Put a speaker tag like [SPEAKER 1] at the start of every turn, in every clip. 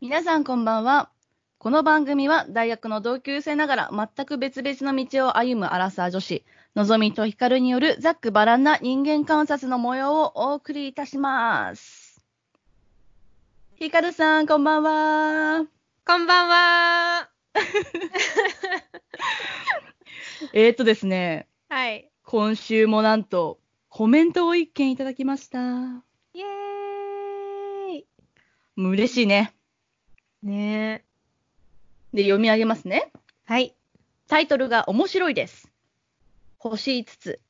[SPEAKER 1] 皆さんこんばんは。この番組は大学の同級生ながら全く別々の道を歩むアラサー女子、のぞみとひかるによるざっくばらんな人間観察の模様をお送りいたします。ひかるさん、こんばんは。
[SPEAKER 2] こんばんは。
[SPEAKER 1] えー、っとですね、
[SPEAKER 2] はい。
[SPEAKER 1] 今週もなんとコメントを一件いただきました。
[SPEAKER 2] イエーイ。
[SPEAKER 1] もう嬉しいね。
[SPEAKER 2] ね
[SPEAKER 1] で、読み上げますね。
[SPEAKER 2] え。はい。
[SPEAKER 1] タイトルが面白いです。星5つ。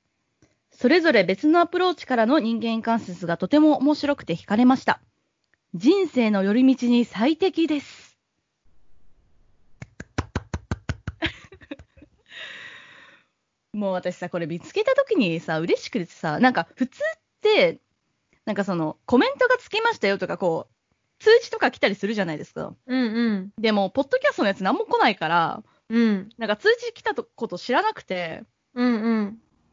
[SPEAKER 1] それぞれ別のアプローチからの人間観察がとても面白くて惹かれました。人生の寄り道に最適です。もう私さ、これ見つけた時にさ、嬉しくてさ、なんか普通って、なんかそのコメントがつきましたよとか、こう、通知とか来たりするじゃないですか。
[SPEAKER 2] うん
[SPEAKER 1] でも、ポッドキャストのやつ何も来ないから、
[SPEAKER 2] うん。うん。
[SPEAKER 1] なんか通知来たとこと知らなくて、
[SPEAKER 2] うん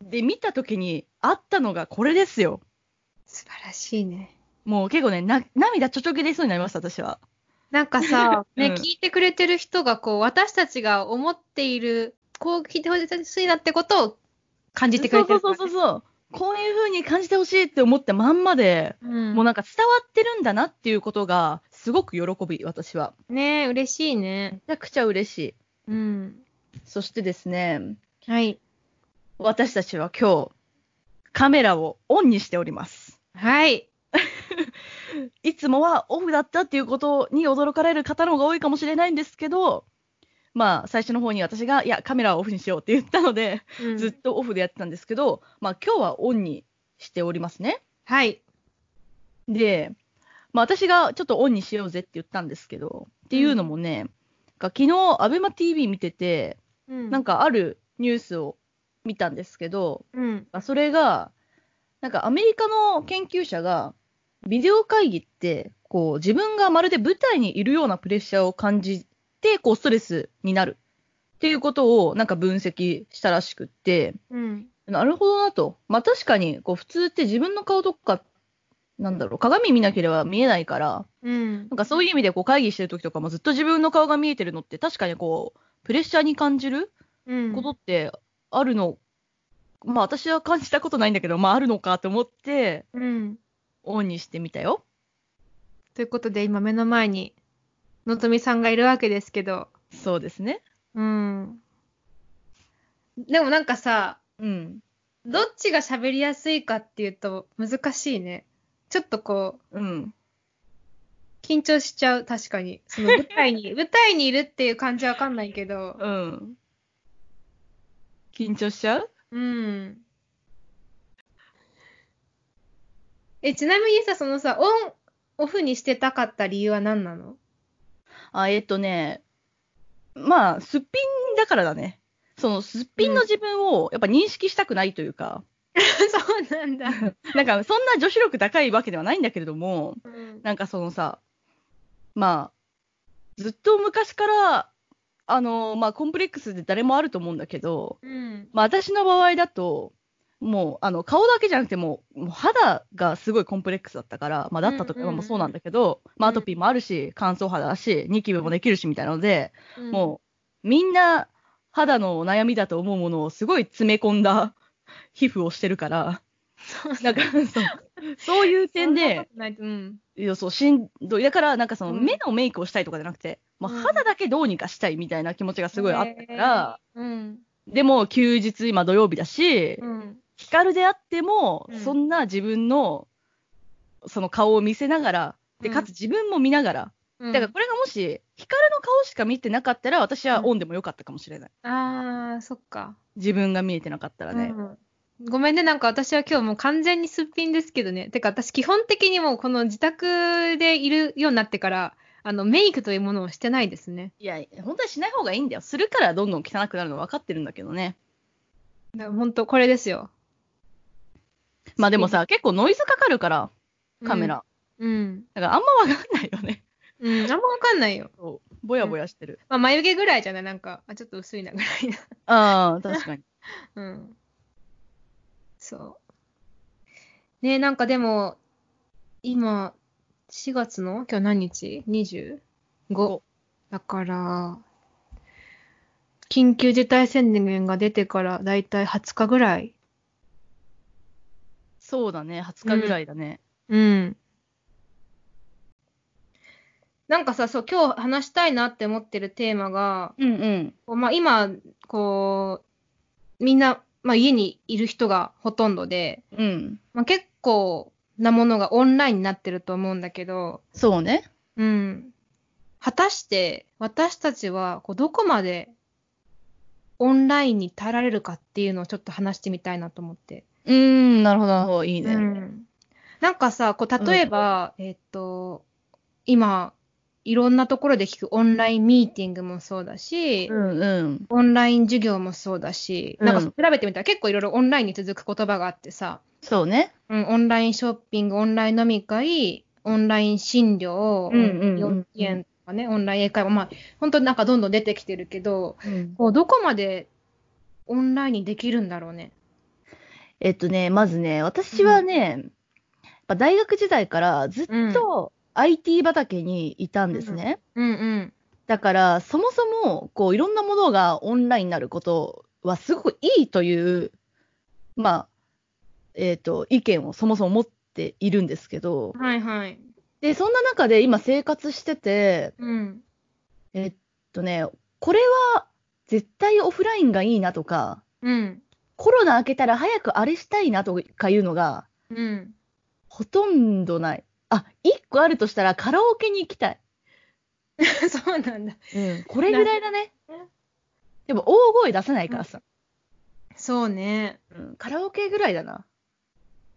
[SPEAKER 2] うん。
[SPEAKER 1] で、見たときにあったのがこれですよ。
[SPEAKER 2] 素晴らしいね。
[SPEAKER 1] もう結構ね、な涙ちょちょけ出そうになりました、私は。
[SPEAKER 2] なんかさ、ね、
[SPEAKER 1] うん
[SPEAKER 2] 聞いてくれてる人が、こう、私たちが思っている、こう聞いてほしいなってことを感じてくれてるか
[SPEAKER 1] そ
[SPEAKER 2] ら
[SPEAKER 1] う
[SPEAKER 2] ね、
[SPEAKER 1] そうそうそう。こういう風に感じてほしいって思ったまんまで、
[SPEAKER 2] うん。
[SPEAKER 1] もうなんか伝わってるんだなっていうことが、すごく喜び、私は。
[SPEAKER 2] ねえ、嬉しいね
[SPEAKER 1] め。ちゃくちゃ嬉しい。
[SPEAKER 2] うん。
[SPEAKER 1] そしてですね、
[SPEAKER 2] はい。
[SPEAKER 1] 私たちは今日、カメラをオンにしております。
[SPEAKER 2] はい。
[SPEAKER 1] いつもはオフだったっていうことに驚かれる方の方が多いかもしれないんですけど、まあ、最初の方に私が、いや、カメラをオフにしようって言ったので、
[SPEAKER 2] うん
[SPEAKER 1] ずっとオフでやってたんですけど、まあ、今日はオンにしておりますね。
[SPEAKER 2] はい。
[SPEAKER 1] で、まあ、私がちょっとオンにしようぜって言ったんですけど、っていうのもね、が昨日、アベマ t v 見てて、
[SPEAKER 2] な
[SPEAKER 1] なん、かあるニュースを見たんですけど、
[SPEAKER 2] うん。
[SPEAKER 1] まあそれが、なんかアメリカの研究者が、ビデオ会議って、こう、自分がまるで舞台にいるようなプレッシャーを感じて、こう、ストレスになるっていうことを、なんか分析したらしくって、
[SPEAKER 2] うん。
[SPEAKER 1] なるほどなと。まあ確かに、こう、普通って自分の顔とか、なんだろう、鏡見なければ見えないから、
[SPEAKER 2] うん
[SPEAKER 1] なん。かそういう意味でこう会議してる時とかもずっと自分の顔が見えてるのって、確かにこう、プレッシャーに感じる
[SPEAKER 2] うん
[SPEAKER 1] ことってあるの、まあ私は感じたことないんだけど、まああるのかと思って、
[SPEAKER 2] うん。
[SPEAKER 1] オンにしてみたよ。
[SPEAKER 2] ということで、今目の前に、のとみさんがいるわけですけど、
[SPEAKER 1] そうですね。
[SPEAKER 2] うん。でもなんかさ、
[SPEAKER 1] うん。
[SPEAKER 2] どっちが喋りやすいかっていうと難しいね。ちょっとこう、
[SPEAKER 1] うん。
[SPEAKER 2] 緊張しちゃう、確かに。その舞台に、 舞台にいるっていう感じはわかんないけど、
[SPEAKER 1] うん。緊張しちゃう
[SPEAKER 2] うん。え、ちなみにさ、そのさ、オン、オフにしてたかった理由は何な の
[SPEAKER 1] あ、えっとね、まあ、すっぴんだからだね。そのすっぴんの自分をやっぱ認識したくないというか、
[SPEAKER 2] そうなんだ。
[SPEAKER 1] なんかそんな女子力高いわけではないんだけれども、
[SPEAKER 2] うん。
[SPEAKER 1] なんかそのさ、まあ、ずっと昔から、あの、まあ、コンプレックスで誰もあると思うんだけど、
[SPEAKER 2] うん。
[SPEAKER 1] まあ、私の場合だと、もう、あの、顔だけじゃなくてもう、もう肌がすごいコンプレックスだったから、まあ、だったとか
[SPEAKER 2] うんうんうん
[SPEAKER 1] 今もそうなんだけど、まあ、アトピーもあるし、乾燥肌だし、ニキビもできるしみたいなので、もう、みんな、肌の悩みだと思うものをすごい詰め込んだ皮膚をしてるから、なんか、そう、そういう
[SPEAKER 2] そ
[SPEAKER 1] 点
[SPEAKER 2] んな
[SPEAKER 1] で
[SPEAKER 2] こ、とないうん。
[SPEAKER 1] いや、そう、しんどい。だから、なんかその、
[SPEAKER 2] うん
[SPEAKER 1] 目のメイクをしたいとかじゃなくて、まあ、
[SPEAKER 2] うん
[SPEAKER 1] 肌だけどうにかしたいみたいな気持ちがすごいあったから、
[SPEAKER 2] へー、うん。
[SPEAKER 1] でも、休日、今土曜日だし、
[SPEAKER 2] うん。
[SPEAKER 1] ヒカルであっても
[SPEAKER 2] うん、
[SPEAKER 1] そんな自分の、その顔を見せながら、で、
[SPEAKER 2] うん
[SPEAKER 1] かつ自分も見ながら、
[SPEAKER 2] だ
[SPEAKER 1] だからこれがもし、ヒカルの顔しか見てなかったら、私はオンでもよかったかもしれない。
[SPEAKER 2] ああ、そっか。
[SPEAKER 1] 自分が見えてなかったらね。
[SPEAKER 2] うんごめんね、なんか私は今日もう完全にすっぴんですけどね。てか私基本的にもうこの自宅でいるようになってから、あの、メイクというものをしてないですね。
[SPEAKER 1] いや、本当はしない方がいいんだよ。するからどんどん汚くなるの分かってるんだけどね。
[SPEAKER 2] だから本当これですよ。
[SPEAKER 1] まあでもさ、結構ノイズかかるから、カメラ。
[SPEAKER 2] うん。
[SPEAKER 1] だからあんま分かんないよね。
[SPEAKER 2] うん。うん。あんまわかんないよ。
[SPEAKER 1] そうぼやぼやしてる。
[SPEAKER 2] まあ、眉毛ぐらいじゃないなんか、あ、ちょっと薄いなぐらいな。
[SPEAKER 1] ああ、確か に。
[SPEAKER 2] うん。そう。ねえ、なんかでも、今、4月の今日何日 ?20? 5。だから、緊急事態宣言が出てからだいたい20日ぐらい。
[SPEAKER 1] そうだね、20日ぐらいだね。
[SPEAKER 2] うん。なんかさ、そう、今日話したいなって思ってるテーマが、
[SPEAKER 1] うんうん。
[SPEAKER 2] こうまあ、今、こう、みんな、まあ、家にいる人がほとんどで、
[SPEAKER 1] うん。
[SPEAKER 2] まあ、結構なものがオンラインになってると思うんだけど、
[SPEAKER 1] そうね。
[SPEAKER 2] うん。果たして私たちはこうどこまでオンラインに耐えられるかっていうのをちょっと話してみたいなと思って。
[SPEAKER 1] うーん、なるほどなるほど、いいね。
[SPEAKER 2] うん、なんかさ、こう例えば、えっと、今、いろんなところで聞くオンラインミーティングもそうだし、
[SPEAKER 1] うんうん。
[SPEAKER 2] オンライン授業もそうだし、
[SPEAKER 1] うん
[SPEAKER 2] なんか調べてみたら結構いろいろオンラインに続く言葉があってさ、
[SPEAKER 1] そうね。
[SPEAKER 2] うん、オンラインショッピング、オンライン飲み会、オンライン診療、
[SPEAKER 1] うんうんうん
[SPEAKER 2] 幼稚園とかね、オンライン英会話、まあ、本当になんかどんどん出てきてるけど、
[SPEAKER 1] うん
[SPEAKER 2] こうどこまでオンラインにできるんだろうね。
[SPEAKER 1] えっとね、まずね、私はね、やっぱ大学時代からずっと IT 畑にいたんですね。
[SPEAKER 2] うんうん。
[SPEAKER 1] だから、そもそも、こう、いろんなものがオンラインになることはすごくいいという、まあ、えっ、と、意見をそもそも持っているんですけど、
[SPEAKER 2] はいはい。
[SPEAKER 1] で、そんな中で今生活してて、
[SPEAKER 2] うん。
[SPEAKER 1] えっとね、これは絶対オフラインがいいなとか、
[SPEAKER 2] うん。
[SPEAKER 1] コロナ明けたら早くあれしたいなとかいうのが、
[SPEAKER 2] うん。
[SPEAKER 1] ほとんどない。あ、一個あるとしたらカラオケに行きたい。
[SPEAKER 2] そうなんだ。
[SPEAKER 1] これぐらいだね
[SPEAKER 2] なるほどね。
[SPEAKER 1] でも大声出さないからさ。
[SPEAKER 2] そうね。
[SPEAKER 1] うん、カラオケぐらいだな。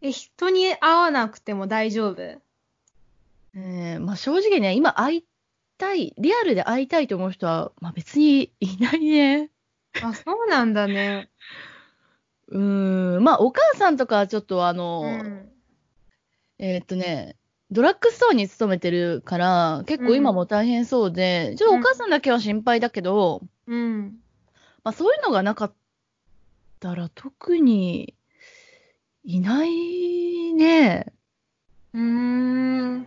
[SPEAKER 2] え、人に会わなくても大丈夫
[SPEAKER 1] えーまあ、正直ね、今会いたい、リアルで会いたいと思う人は、まあ、別にいないね。
[SPEAKER 2] あ、そうなんだね。
[SPEAKER 1] うーん、まあ、お母さんとかはちょっとあの、
[SPEAKER 2] うん。
[SPEAKER 1] えーっとね、ドラッグストアに勤めてるから、結構今も大変そうで、ちょっとお母さんだけは心配だけど、
[SPEAKER 2] うん。
[SPEAKER 1] まあ、そういうのがなかったら特にいないね。
[SPEAKER 2] うーん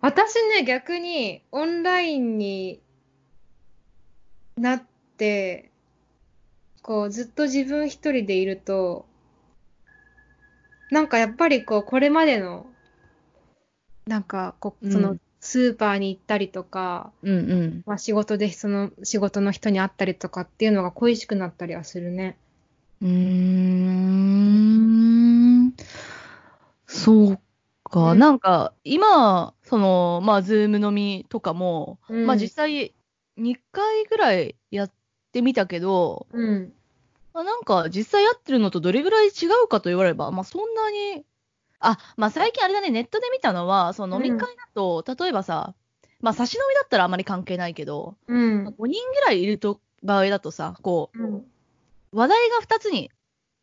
[SPEAKER 2] 私ね、逆にオンラインになって、こう、ずっと自分一人でいると、なんかやっぱりこう、これまでの、なんかこ
[SPEAKER 1] う
[SPEAKER 2] う、
[SPEAKER 1] ん
[SPEAKER 2] その、スーパーに行ったりとか、
[SPEAKER 1] うんうん。
[SPEAKER 2] まあ仕事で、その、仕事の人に会ったりとかっていうのが恋しくなったりはするね。
[SPEAKER 1] うーんそうか、
[SPEAKER 2] うん
[SPEAKER 1] なんか今、そのまあ、ズーム飲みとかも、
[SPEAKER 2] うん
[SPEAKER 1] まあ、実際、2回ぐらいやってみたけど、
[SPEAKER 2] うん。
[SPEAKER 1] まあ、なんか実際やってるのとどれぐらい違うかと言われば、まあ、そんなに、あまあ、最近あれだね、ネットで見たのは、その飲み会だと、例えばさ、まあ、差し飲みだったらあまり関係ないけど、
[SPEAKER 2] うん。
[SPEAKER 1] 5人ぐらいいると場合だとさ、こう、
[SPEAKER 2] うん。
[SPEAKER 1] 話題が2つに、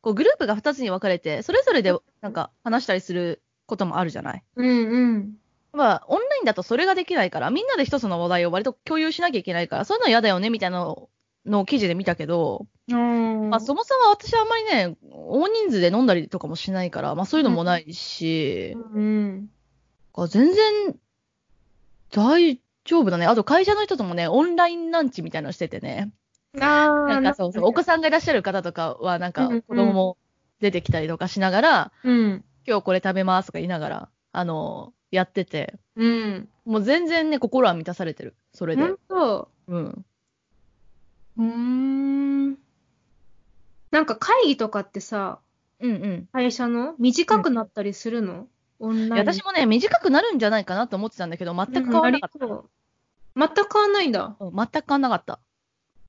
[SPEAKER 1] こうグループが2つに分かれて、それぞれでなんか話したりすることもあるじゃない。
[SPEAKER 2] うん。うん。
[SPEAKER 1] まあ、オンラインだとそれができないから、みんなで一つの話題を割と共有しなきゃいけないから、そういうの嫌だよねみたいなのの記事で見たけど、
[SPEAKER 2] うん
[SPEAKER 1] まあ、そもそも私はあんまりね、大人数で飲んだりとかもしないから、まあ、そういうのもないし、
[SPEAKER 2] うん。
[SPEAKER 1] あ全然大丈夫だね。あと会社の人ともね、オンラインランチみたいなのしててね。
[SPEAKER 2] あ
[SPEAKER 1] な
[SPEAKER 2] ー
[SPEAKER 1] んかそうそう、お子
[SPEAKER 2] さ
[SPEAKER 1] さんがいらっしゃる方とかは、なんか
[SPEAKER 2] うんうん
[SPEAKER 1] 子供も出てきたりとかしながら、
[SPEAKER 2] ん。うん。
[SPEAKER 1] 今日これ食べますとか言いながら、あの、やってて、
[SPEAKER 2] うん。
[SPEAKER 1] もう全然ね、心は満たされてる。それで。
[SPEAKER 2] 本当。
[SPEAKER 1] うん。
[SPEAKER 2] うーん。なんか会議とかってさ、
[SPEAKER 1] うん
[SPEAKER 2] 会社の短くなったりするの、オン
[SPEAKER 1] うん。
[SPEAKER 2] ラ
[SPEAKER 1] いや
[SPEAKER 2] イン。
[SPEAKER 1] 私もね、短くなるんじゃないかなと思ってたんだけど、全く変わらなかっ
[SPEAKER 2] うんありそう全く変わんないんだ。
[SPEAKER 1] た。うん全く変わらなかった。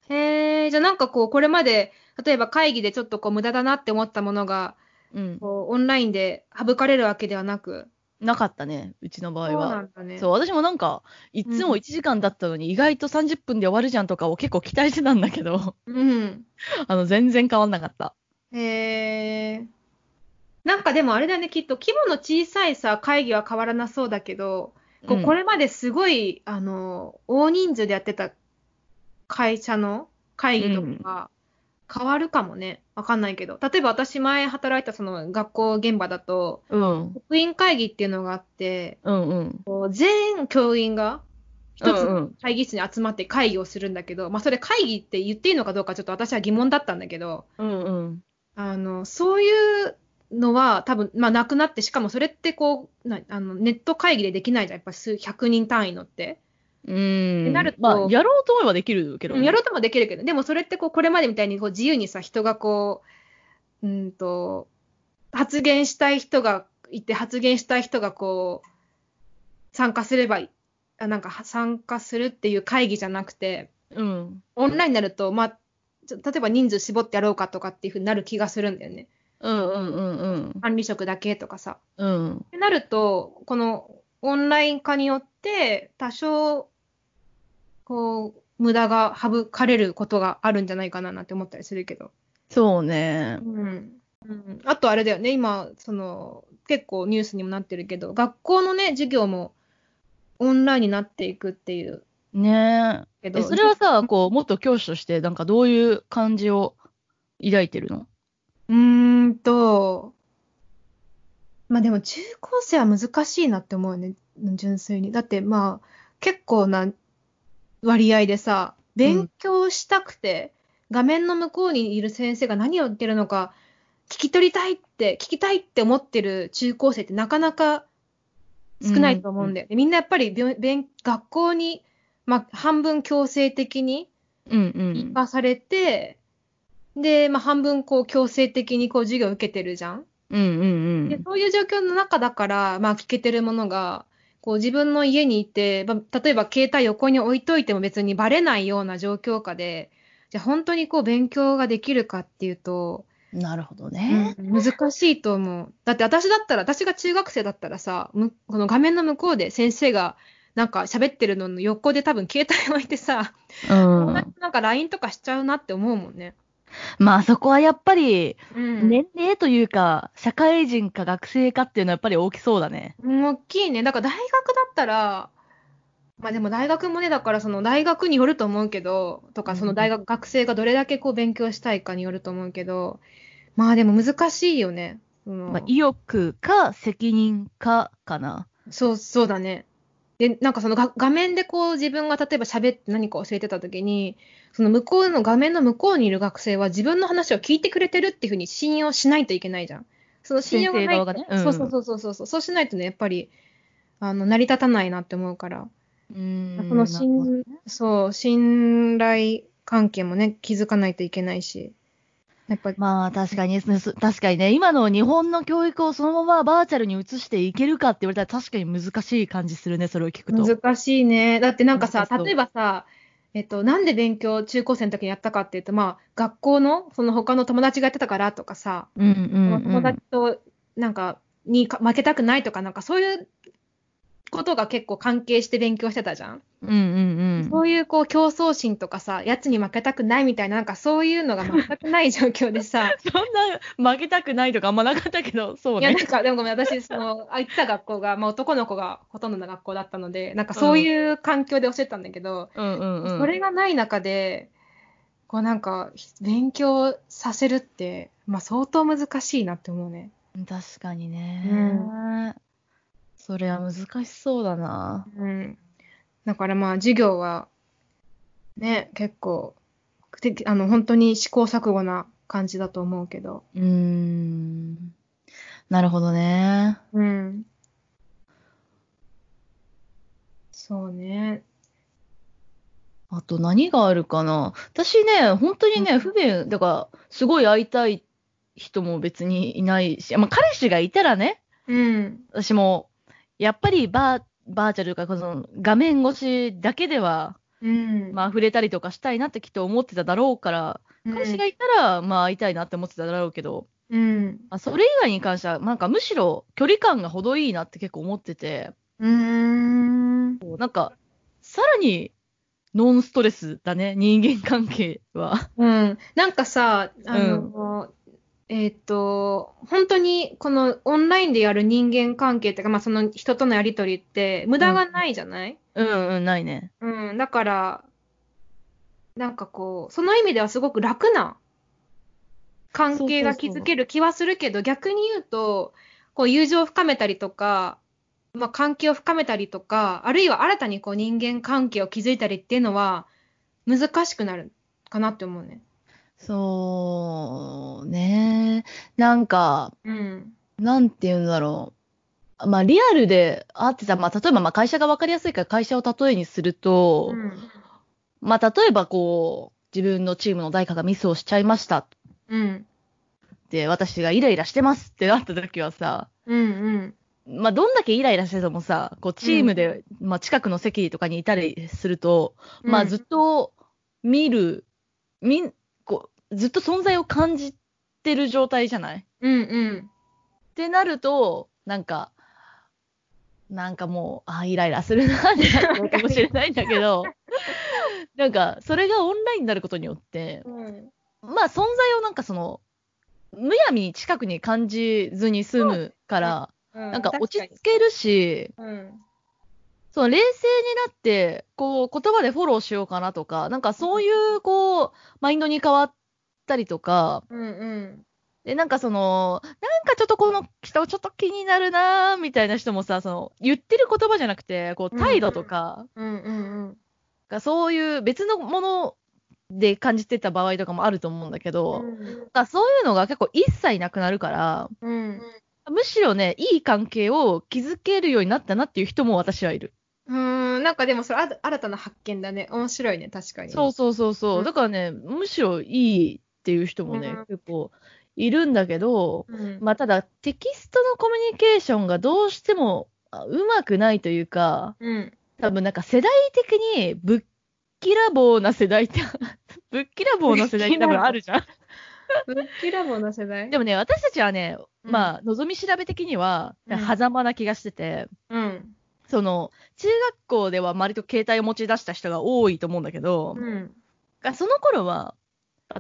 [SPEAKER 2] へえ、じゃあなんかこう、これまで、例えば会議でちょっとこう、無駄だなって思ったものが、
[SPEAKER 1] うん。
[SPEAKER 2] こう、オンラインで省かれるわけではなく。
[SPEAKER 1] なかったね、うちの場
[SPEAKER 2] そう
[SPEAKER 1] 合
[SPEAKER 2] な
[SPEAKER 1] は。
[SPEAKER 2] んだね。
[SPEAKER 1] そう、私もなんか、いつ
[SPEAKER 2] うん
[SPEAKER 1] も1時間だったのに、意外と30分で終わるじゃんとかを結構期待してたんだけど、
[SPEAKER 2] うん。
[SPEAKER 1] あの、全然変わんなかった。
[SPEAKER 2] へえ。なんかでもあれだね、きっと規模の小さいさ、会議は変わらなそうだけど、こう
[SPEAKER 1] うん
[SPEAKER 2] これまですごい、あの、大人数でやってた会社の会議と
[SPEAKER 1] うん
[SPEAKER 2] かが変わるかもね。わかんないけど。例えば私前働いたその学校現場だと、
[SPEAKER 1] うん。
[SPEAKER 2] 職員会議っていうのがあって、
[SPEAKER 1] うんうん。
[SPEAKER 2] こう全教員が一つ
[SPEAKER 1] うんうん
[SPEAKER 2] 会議室に集まって会議をするんだけど、まあそれ会議って言っていいのかどうかちょっと私は疑問だったんだけど、
[SPEAKER 1] うんうん。
[SPEAKER 2] あの、そういうのは多分、まあなくなって、しかもそれってこう、なあのネット会議でできないじゃん。やっぱ数100人単位のって。
[SPEAKER 1] うん。
[SPEAKER 2] なると
[SPEAKER 1] まあ、やろうと思えばできるけどね、
[SPEAKER 2] やろうともできるけど、でもそれってこう、これまでみたいにこう自由にさ、人がこう、うんと、発言したい人がいて、発言したい人がこう、参加すればいい、あなんかは参加するっていう会議じゃなくて、
[SPEAKER 1] うん。
[SPEAKER 2] オンラインになると、まあ、ちょ例えば人数絞ってやろうかとかっていうふうになる気がするんだよね。
[SPEAKER 1] うんうんうんうん。
[SPEAKER 2] 管理職だけとかさ。
[SPEAKER 1] うん。
[SPEAKER 2] ってなると、このオンライン化によって、多少、こう、無駄が省かれることがあるんじゃないかななんて思ったりするけど。
[SPEAKER 1] そうね。
[SPEAKER 2] うん。うん、あとあれだよね、今、その、結構ニュースにもなってるけど、学校のね、授業もオンラインになっていくっていう
[SPEAKER 1] ね
[SPEAKER 2] け
[SPEAKER 1] え。
[SPEAKER 2] ど、
[SPEAKER 1] え、それはさ、こう、元教師として、なんかどういう感じを抱いてるの
[SPEAKER 2] うーんと、まあでも中高生は難しいなって思うよね、純粋に。だってまあ、結構な割合でさ、勉強したくて、画面の向こうにいる先生が何を言ってるのか、聞き取りたいって、聞きたいって思ってる中高生ってなかなか少ないと思うんだよね。みんなやっぱり勉勉学校に、まあ半分強制的に、
[SPEAKER 1] うんうん。
[SPEAKER 2] 化されて、で、まあ、半分こう強制的にこう授業を受けてるじゃん。
[SPEAKER 1] うんう
[SPEAKER 2] で
[SPEAKER 1] ん
[SPEAKER 2] そういう状況の中だから、まあ、聞けてるものが、こう自分の家にいて、まあ、例えば携帯横に置いといても別にバレないような状況下で、じゃあ本当にこう勉強ができるかっていうと、
[SPEAKER 1] うん。なるほどね。
[SPEAKER 2] うん難しいと思う。だって私だったら、私が中学生だったらさ、むこの画面の向こうで先生がなんか喋ってるのの横で多分携帯置いてさ、
[SPEAKER 1] うん。
[SPEAKER 2] なんか LINE とかしちゃうなって思うもんね。
[SPEAKER 1] まあそこはやっぱり、
[SPEAKER 2] うん
[SPEAKER 1] 年齢というか、社会人か学生かっていうのはやっぱり大きそうだね。
[SPEAKER 2] うん大きいね。だから大学だったら、まあでも大学もね、だからその大学によると思うけど、と
[SPEAKER 1] う
[SPEAKER 2] か
[SPEAKER 1] ん
[SPEAKER 2] その大学、学生がどれだけこう勉強したいかによると思うけど、まあでも難しいよね。その
[SPEAKER 1] まあ、意欲か責任かかな。
[SPEAKER 2] そう、そうだね。で、なんかそのが画面でこう自分が例えば喋って何か教えてた時に、その向こうの画面の向こうにいる学生は自分の話を聞いてくれてるっていうふうに信用しないといけないじゃん。その信用がない
[SPEAKER 1] 先生側
[SPEAKER 2] と、
[SPEAKER 1] がねうん
[SPEAKER 2] そうそうそうそうそう、そうしないとね、やっぱり、あの、成り立たないなって思うから。
[SPEAKER 1] うん
[SPEAKER 2] その信、そう、信頼関係もね、気づかないといけないし。やっぱり、
[SPEAKER 1] まあ確かにですね、す確かにね、今の日本の教育をそのままバーチャルに移していけるかって言われたら確かに難しい感じするね、それを聞くと。
[SPEAKER 2] 難しいね。だってなんかさ
[SPEAKER 1] 難しそ、う
[SPEAKER 2] 例えばさ、えっと、なんで勉強中高生の時にやったかっていうと、まあ、学校の、その他の友達がやってたからとかさ、
[SPEAKER 1] うんうんう
[SPEAKER 2] その友
[SPEAKER 1] ん、
[SPEAKER 2] 達と、なんか、にか負けたくないとか、なんかそういうことが結構関係して勉強してたじゃん。
[SPEAKER 1] うんうんう
[SPEAKER 2] そ
[SPEAKER 1] ん。
[SPEAKER 2] ういうこう競争心とかさ、やつに負けたくないみたいな、なんかそういうのが全くない状況でさ、
[SPEAKER 1] そんな負けたくないとかあんまなかったけど、 そう
[SPEAKER 2] いや、
[SPEAKER 1] ね
[SPEAKER 2] な。んか、でもごめん、私、その、あ行ってた学校が、まあ、男の子がほとんどの学校だったので、なんかそういう環境で教えてたんだけど、
[SPEAKER 1] うんうんうん。
[SPEAKER 2] それがない中で、こうなんか、ひ勉強させるって、まあ、相当難しいなって思うね。
[SPEAKER 1] 確かにね、
[SPEAKER 2] う
[SPEAKER 1] それは難しそうだな。
[SPEAKER 2] うん。だからまあ、授業は、ね、結構、てあの、本当に試行錯誤な感じだと思うけど。
[SPEAKER 1] うーん。なるほどね。
[SPEAKER 2] うん。そうね。
[SPEAKER 1] あと何があるかな。私ね、本当に
[SPEAKER 2] う
[SPEAKER 1] ね、
[SPEAKER 2] ん
[SPEAKER 1] 不便、だから、すごい会いたい人も別にいないし、まあ、彼氏がいたらね、
[SPEAKER 2] うん。
[SPEAKER 1] 私も、やっぱりバー、バーチャルというか、その画面越しだけでは、
[SPEAKER 2] うん。
[SPEAKER 1] まあ、触れたりとかしたいなってきっと思ってただろうから、
[SPEAKER 2] うん
[SPEAKER 1] 彼氏がいたら、まあ、会いたいなって思ってただろうけど、
[SPEAKER 2] うん。
[SPEAKER 1] あそれ以外に関しては、なんかむしろ距離感が程いいなって結構思ってて、
[SPEAKER 2] うーん。
[SPEAKER 1] こうなんか、さらにノンストレスだね、人間関係は。
[SPEAKER 2] うん。なんかさ、あの、えっ、と、本当にこのオンラインでやる人間関係っていうか、まあその人とのやりとりって無駄がないじゃない、
[SPEAKER 1] うんうん、ないね。
[SPEAKER 2] うん、だから、なんかこう、その意味ではすごく楽な関係が築ける気はするけど、逆に言うと、こう友情を深めたりとか、まあ、関係を深めたりとか、あるいは新たにこう人間関係を築いたりっていうのは、難しくなるかなって思うね。
[SPEAKER 1] そうね。なんか、
[SPEAKER 2] うん。
[SPEAKER 1] なんて言うんだろう。まあ、リアルで会ってた、まあ、例えば、まあ、会社が分かりやすいから会社を例えにすると、
[SPEAKER 2] うん。
[SPEAKER 1] まあ、例えば、こう、自分のチームの誰かがミスをしちゃいましたっ
[SPEAKER 2] うん。
[SPEAKER 1] て、私がイライラしてますってなった時はさ、
[SPEAKER 2] うん。うん。
[SPEAKER 1] まあ、どんだけイライラしててもさ、こう、チームで、まあ、近くの席とかにいたりすると、まあ、ずっと見る、みん、こう、ずっと存在を感じてる状態じゃない
[SPEAKER 2] うんうん。
[SPEAKER 1] ってなると、なんか、なんかもう、あイライラするなってなるかもしれないんだけ ど、なんか、それがオンラインになることによって、
[SPEAKER 2] うん。
[SPEAKER 1] まあ、存在をなんかその、むやみに近くに感じずに済むから、
[SPEAKER 2] な
[SPEAKER 1] なんか落ち着けるし、
[SPEAKER 2] うん。
[SPEAKER 1] その冷静になって、こう、言葉でフォローしようかなとか、なんかそういう、こう、マインドに変わったりとか、
[SPEAKER 2] うんうん。
[SPEAKER 1] で、なんかその、なんかちょっとこの人ちょっと気になるなーみたいな人もさ、その、言ってる言葉じゃなくて、こう、
[SPEAKER 2] うん
[SPEAKER 1] 態度とか、
[SPEAKER 2] うんうん
[SPEAKER 1] がそういう別のもので感じてた場合とかもあると思うんだけ
[SPEAKER 2] う
[SPEAKER 1] ど、なん
[SPEAKER 2] ん。
[SPEAKER 1] かそういうのが結構一切なくなるから、
[SPEAKER 2] うん。
[SPEAKER 1] むしろね、いい関係を築けるようになったなっていう人も私はいる。
[SPEAKER 2] うん。なんかでもそれあ新たな発見だね。面白いね、確かに。
[SPEAKER 1] そうそうそうそうう。
[SPEAKER 2] ん
[SPEAKER 1] だからね、むしろいいっていう人もね、
[SPEAKER 2] うん
[SPEAKER 1] 結構いるんだけど、
[SPEAKER 2] うん。
[SPEAKER 1] まあ、ただ、テキストのコミュニケーションがどうしてもあうまくないというか、
[SPEAKER 2] うん。
[SPEAKER 1] 多分なんか世代的にぶっきらぼうな世代って、 ぶっきらぼうな世代って多分あるじゃん。
[SPEAKER 2] ブッキラボの世代
[SPEAKER 1] でもね、私たちはね、
[SPEAKER 2] うん
[SPEAKER 1] まあ、望み調べ的には、
[SPEAKER 2] うん
[SPEAKER 1] 狭間な気がしてて、
[SPEAKER 2] うん。
[SPEAKER 1] その、中学校では割と携帯を持ち出した人が多いと思うんだけど、
[SPEAKER 2] うん。
[SPEAKER 1] がその頃は、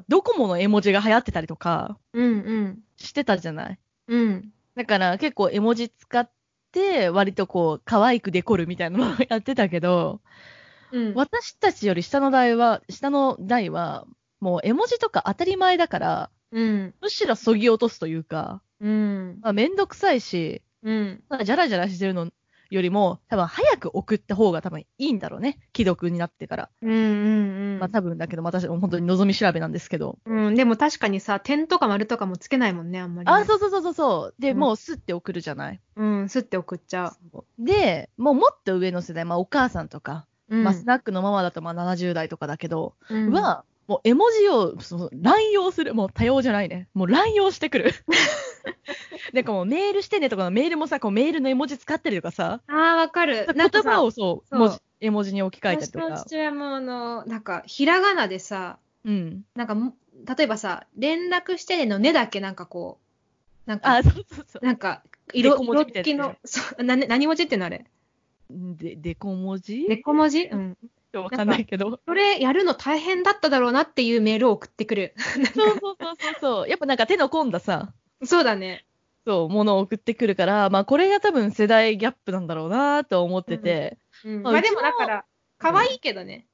[SPEAKER 1] ドコモの絵文字が流行ってたりとか
[SPEAKER 2] うんうん。
[SPEAKER 1] してたじゃない
[SPEAKER 2] うん。
[SPEAKER 1] だから結構絵文字使って、割とこう、可愛くデコるみたいなのを やってたけど、
[SPEAKER 2] うん。
[SPEAKER 1] 私たちより下の代は、下の代は、もう絵文字とか当たり前だから、
[SPEAKER 2] うん。
[SPEAKER 1] むしろそぎ落とすというか、
[SPEAKER 2] うん。
[SPEAKER 1] まあ、めんどくさいし、
[SPEAKER 2] うん。
[SPEAKER 1] ただじゃらじゃらしてるのよりも、多分早く送った方が多分いいんだろうね。既読になってから。
[SPEAKER 2] うんうんうん。
[SPEAKER 1] まあ多分だけど、私も本当に望み調べなんですけど。
[SPEAKER 2] うん、でも確かにさ、点とか丸とかもつけないもんね、あんまり、ね。
[SPEAKER 1] あ、そうそうそうそうそう。で、
[SPEAKER 2] うん
[SPEAKER 1] もうスッて送るじゃない。
[SPEAKER 2] うん、すって送っちゃ
[SPEAKER 1] で、もうもっと上の世代、まあお母さんとか、
[SPEAKER 2] う。うん、
[SPEAKER 1] まあ、スナックのママだとまあ70代とかだけど、
[SPEAKER 2] うん、
[SPEAKER 1] は、もう絵文字をその乱用する、もう多様じゃないね、もう乱用して くる。なんかもうメールしてねとか、メールもさ、こうメールの絵文字使ったりとかさ、
[SPEAKER 2] ああ、わかる。な
[SPEAKER 1] 言
[SPEAKER 2] んかさ
[SPEAKER 1] 葉をそう
[SPEAKER 2] そう
[SPEAKER 1] 文字絵文字に置き換えたり
[SPEAKER 2] 私
[SPEAKER 1] と
[SPEAKER 2] の
[SPEAKER 1] か。
[SPEAKER 2] 父親も、あの、なんか、ひらがなでさ、
[SPEAKER 1] うん。
[SPEAKER 2] なんかも、例えばさ、連絡してねのねだけなんかこう、なんか
[SPEAKER 1] あ、、そうそうそう。
[SPEAKER 2] なんか、色、
[SPEAKER 1] デコ文字
[SPEAKER 2] 色
[SPEAKER 1] みた
[SPEAKER 2] 付
[SPEAKER 1] いな
[SPEAKER 2] き
[SPEAKER 1] やつね
[SPEAKER 2] の、そう、な、何文字ってのあれ
[SPEAKER 1] で、でこ文字
[SPEAKER 2] 猫文字うん。
[SPEAKER 1] わかんないけど。
[SPEAKER 2] それやるの大変だっただろうなっていうメールを送ってくる。
[SPEAKER 1] そうそうそうそうそう。やっぱなんか手の込んださ、
[SPEAKER 2] そうだね。
[SPEAKER 1] そう、ものを送ってくるから、まあこれが多分世代ギャップなんだろうなと思ってて、
[SPEAKER 2] うん。
[SPEAKER 1] まあ
[SPEAKER 2] まあ
[SPEAKER 1] うち
[SPEAKER 2] で
[SPEAKER 1] も
[SPEAKER 2] もだから、可愛いけどね。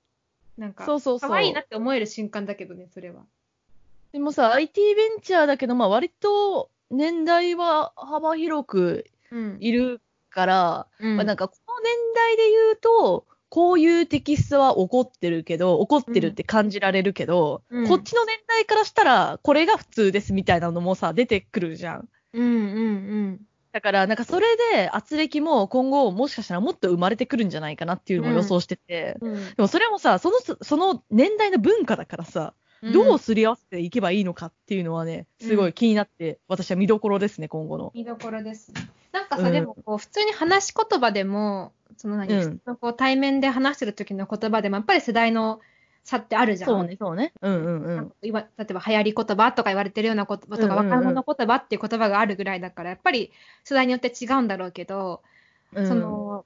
[SPEAKER 2] なんか、
[SPEAKER 1] そうそうそう。
[SPEAKER 2] 可愛いなって思える瞬間だけどね、それは。
[SPEAKER 1] でもさ、IT ベンチャーだけど、まあ割と年代は幅広く
[SPEAKER 2] うん
[SPEAKER 1] いるから、
[SPEAKER 2] うん
[SPEAKER 1] まあなんかこの年代で言うと、こういうテキストは起こってるけど、起こってるって感じられるけど、
[SPEAKER 2] うん
[SPEAKER 1] こっちの年代からしたら、これが普通ですみたいなのもさ、出てくるじゃん。
[SPEAKER 2] うんうん
[SPEAKER 1] だから、なんかそれで、圧力も今後、もしかしたらもっと生まれてくるんじゃないかなっていうのを予想してて、
[SPEAKER 2] うん。
[SPEAKER 1] でもそれもさ、その、その年代の文化だからさ、どうすり合わせていけばいいのかっていうのはね、すごい気になって、私は見どころですね、今後の。
[SPEAKER 2] 見どころですね。なんかさ、
[SPEAKER 1] うん
[SPEAKER 2] でもこう、普通に話し言葉でも、その何、
[SPEAKER 1] うん
[SPEAKER 2] 普通のこう対面で話してる時の言葉でも、やっぱり世代の差ってあるじゃん。
[SPEAKER 1] そうね、そうね。うんうんう
[SPEAKER 2] なん
[SPEAKER 1] ん。
[SPEAKER 2] か今例えば流行り言葉とか言われてるような言葉とか、
[SPEAKER 1] うんうんうん
[SPEAKER 2] 若者言葉っていう言葉があるぐらいだからやっぱり世代によって違うんだろうけど、
[SPEAKER 1] うん
[SPEAKER 2] そ、の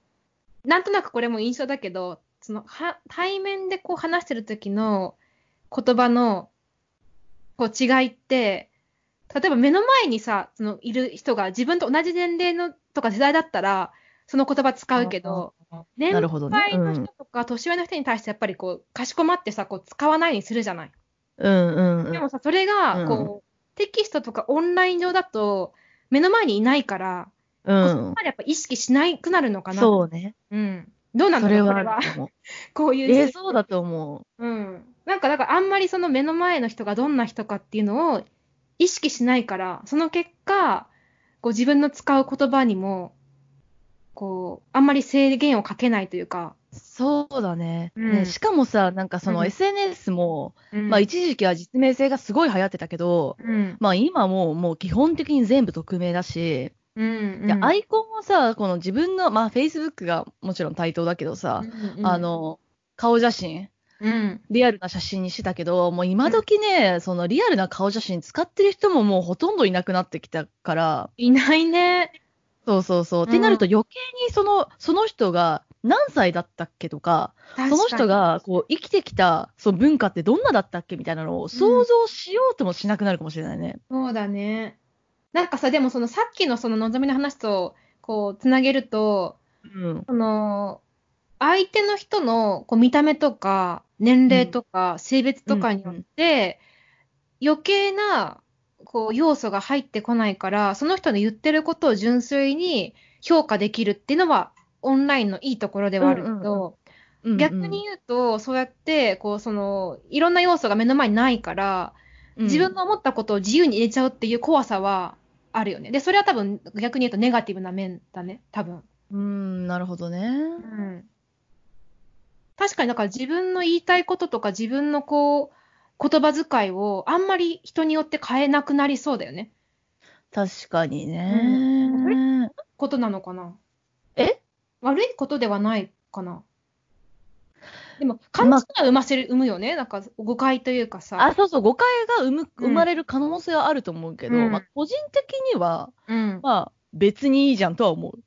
[SPEAKER 2] なんとなくこれも印象だけどそのは対面でこう話してる時の言葉のこう違いって例えば目の前にさそのいる人が自分と同じ年齢のとか世代だったらその言葉使うけど
[SPEAKER 1] あー
[SPEAKER 2] 年
[SPEAKER 1] な
[SPEAKER 2] 配
[SPEAKER 1] るほどね
[SPEAKER 2] の人とか年上の人に対してやっぱりこうかしこまってさこう使わないようにするじゃない。
[SPEAKER 1] うんうんう
[SPEAKER 2] で
[SPEAKER 1] ん。
[SPEAKER 2] もさそれが
[SPEAKER 1] うん
[SPEAKER 2] こう、テキストとかオンライン上だと目の前にいないから
[SPEAKER 1] う
[SPEAKER 2] こうそこ
[SPEAKER 1] ん。
[SPEAKER 2] までやっぱ意識しなくなるのかな。
[SPEAKER 1] そうね。
[SPEAKER 2] う。ん。どうな
[SPEAKER 1] そ
[SPEAKER 2] のか
[SPEAKER 1] れ
[SPEAKER 2] な、
[SPEAKER 1] は
[SPEAKER 2] こ
[SPEAKER 1] あ
[SPEAKER 2] れは
[SPEAKER 1] る。と思う。
[SPEAKER 2] こういう
[SPEAKER 1] え
[SPEAKER 2] 自
[SPEAKER 1] ー、そうだと思う。
[SPEAKER 2] うん。なんか、だからあんまりその目の前の人がどんな人かっていうのを意識しないから、その結果、こう自分の使う言葉にも、こう、あんまり制限をかけないというか、
[SPEAKER 1] そうだね,、
[SPEAKER 2] うん
[SPEAKER 1] ね。しかもさ、なんかその
[SPEAKER 2] うん
[SPEAKER 1] SNS も、
[SPEAKER 2] うん
[SPEAKER 1] まあ一時期は実名性がすごい流行ってたけど、
[SPEAKER 2] うん。
[SPEAKER 1] まあ今もうもう基本的に全部匿名だし、
[SPEAKER 2] うん。
[SPEAKER 1] で
[SPEAKER 2] うん
[SPEAKER 1] アイコンはさ、この自分の、まあ Facebook がもちろん対等だけどさ、
[SPEAKER 2] うんうん
[SPEAKER 1] あ、の、顔写真、
[SPEAKER 2] うん。
[SPEAKER 1] リアルな写真にしてたけど、もう今時ね、そのリアルな顔写真使ってる人ももうほとんどいなくなってきたから、
[SPEAKER 2] いないね。
[SPEAKER 1] そうそうそう。
[SPEAKER 2] ん
[SPEAKER 1] ってなると余計にその、その人が何歳だったっけとか、その人がこう生きてきたその文化ってどんなだったっけみたいなのを想像しようともしなくなるかもしれないね。
[SPEAKER 2] そうだね。なんかさ、でもそのさっきのその望みの話と、こう、つなげると、
[SPEAKER 1] うん。
[SPEAKER 2] その、相手の人のこう見た目とか、年齢とか、性別とかによって、余計な、こう、要素が入ってこないから、その人の言ってることを純粋に評価できるっていうのは、オンラインのいいところではあるけ
[SPEAKER 1] うんうん
[SPEAKER 2] ど、
[SPEAKER 1] うん
[SPEAKER 2] 逆に、言うと、そうやって、こう、その、いろんな要素が目の前にないから、
[SPEAKER 1] うん
[SPEAKER 2] 自分の思ったことを自由に入れちゃうっていう怖さはあるよね。で、それは多分、逆に言うとネガティブな面だね、多分。
[SPEAKER 1] うん、なるほどね。
[SPEAKER 2] うん。確かに、だから自分の言いたいこととか、自分のこう、言葉遣いをあんまり人によって変えなくなりそうだよね。
[SPEAKER 1] 確かに
[SPEAKER 2] う
[SPEAKER 1] ね。
[SPEAKER 2] ことなのかな。
[SPEAKER 1] え
[SPEAKER 2] 悪いことではないかな。でも、勘違いは生ませる、生むよね。なんか、誤解というかさ。
[SPEAKER 1] あ、そうそう、誤解が生む
[SPEAKER 2] うん
[SPEAKER 1] 生まれる可能性はあると思うけど、
[SPEAKER 2] うん
[SPEAKER 1] まあ、個人的には、
[SPEAKER 2] うん。
[SPEAKER 1] まあ、別にいいじゃんとは思う。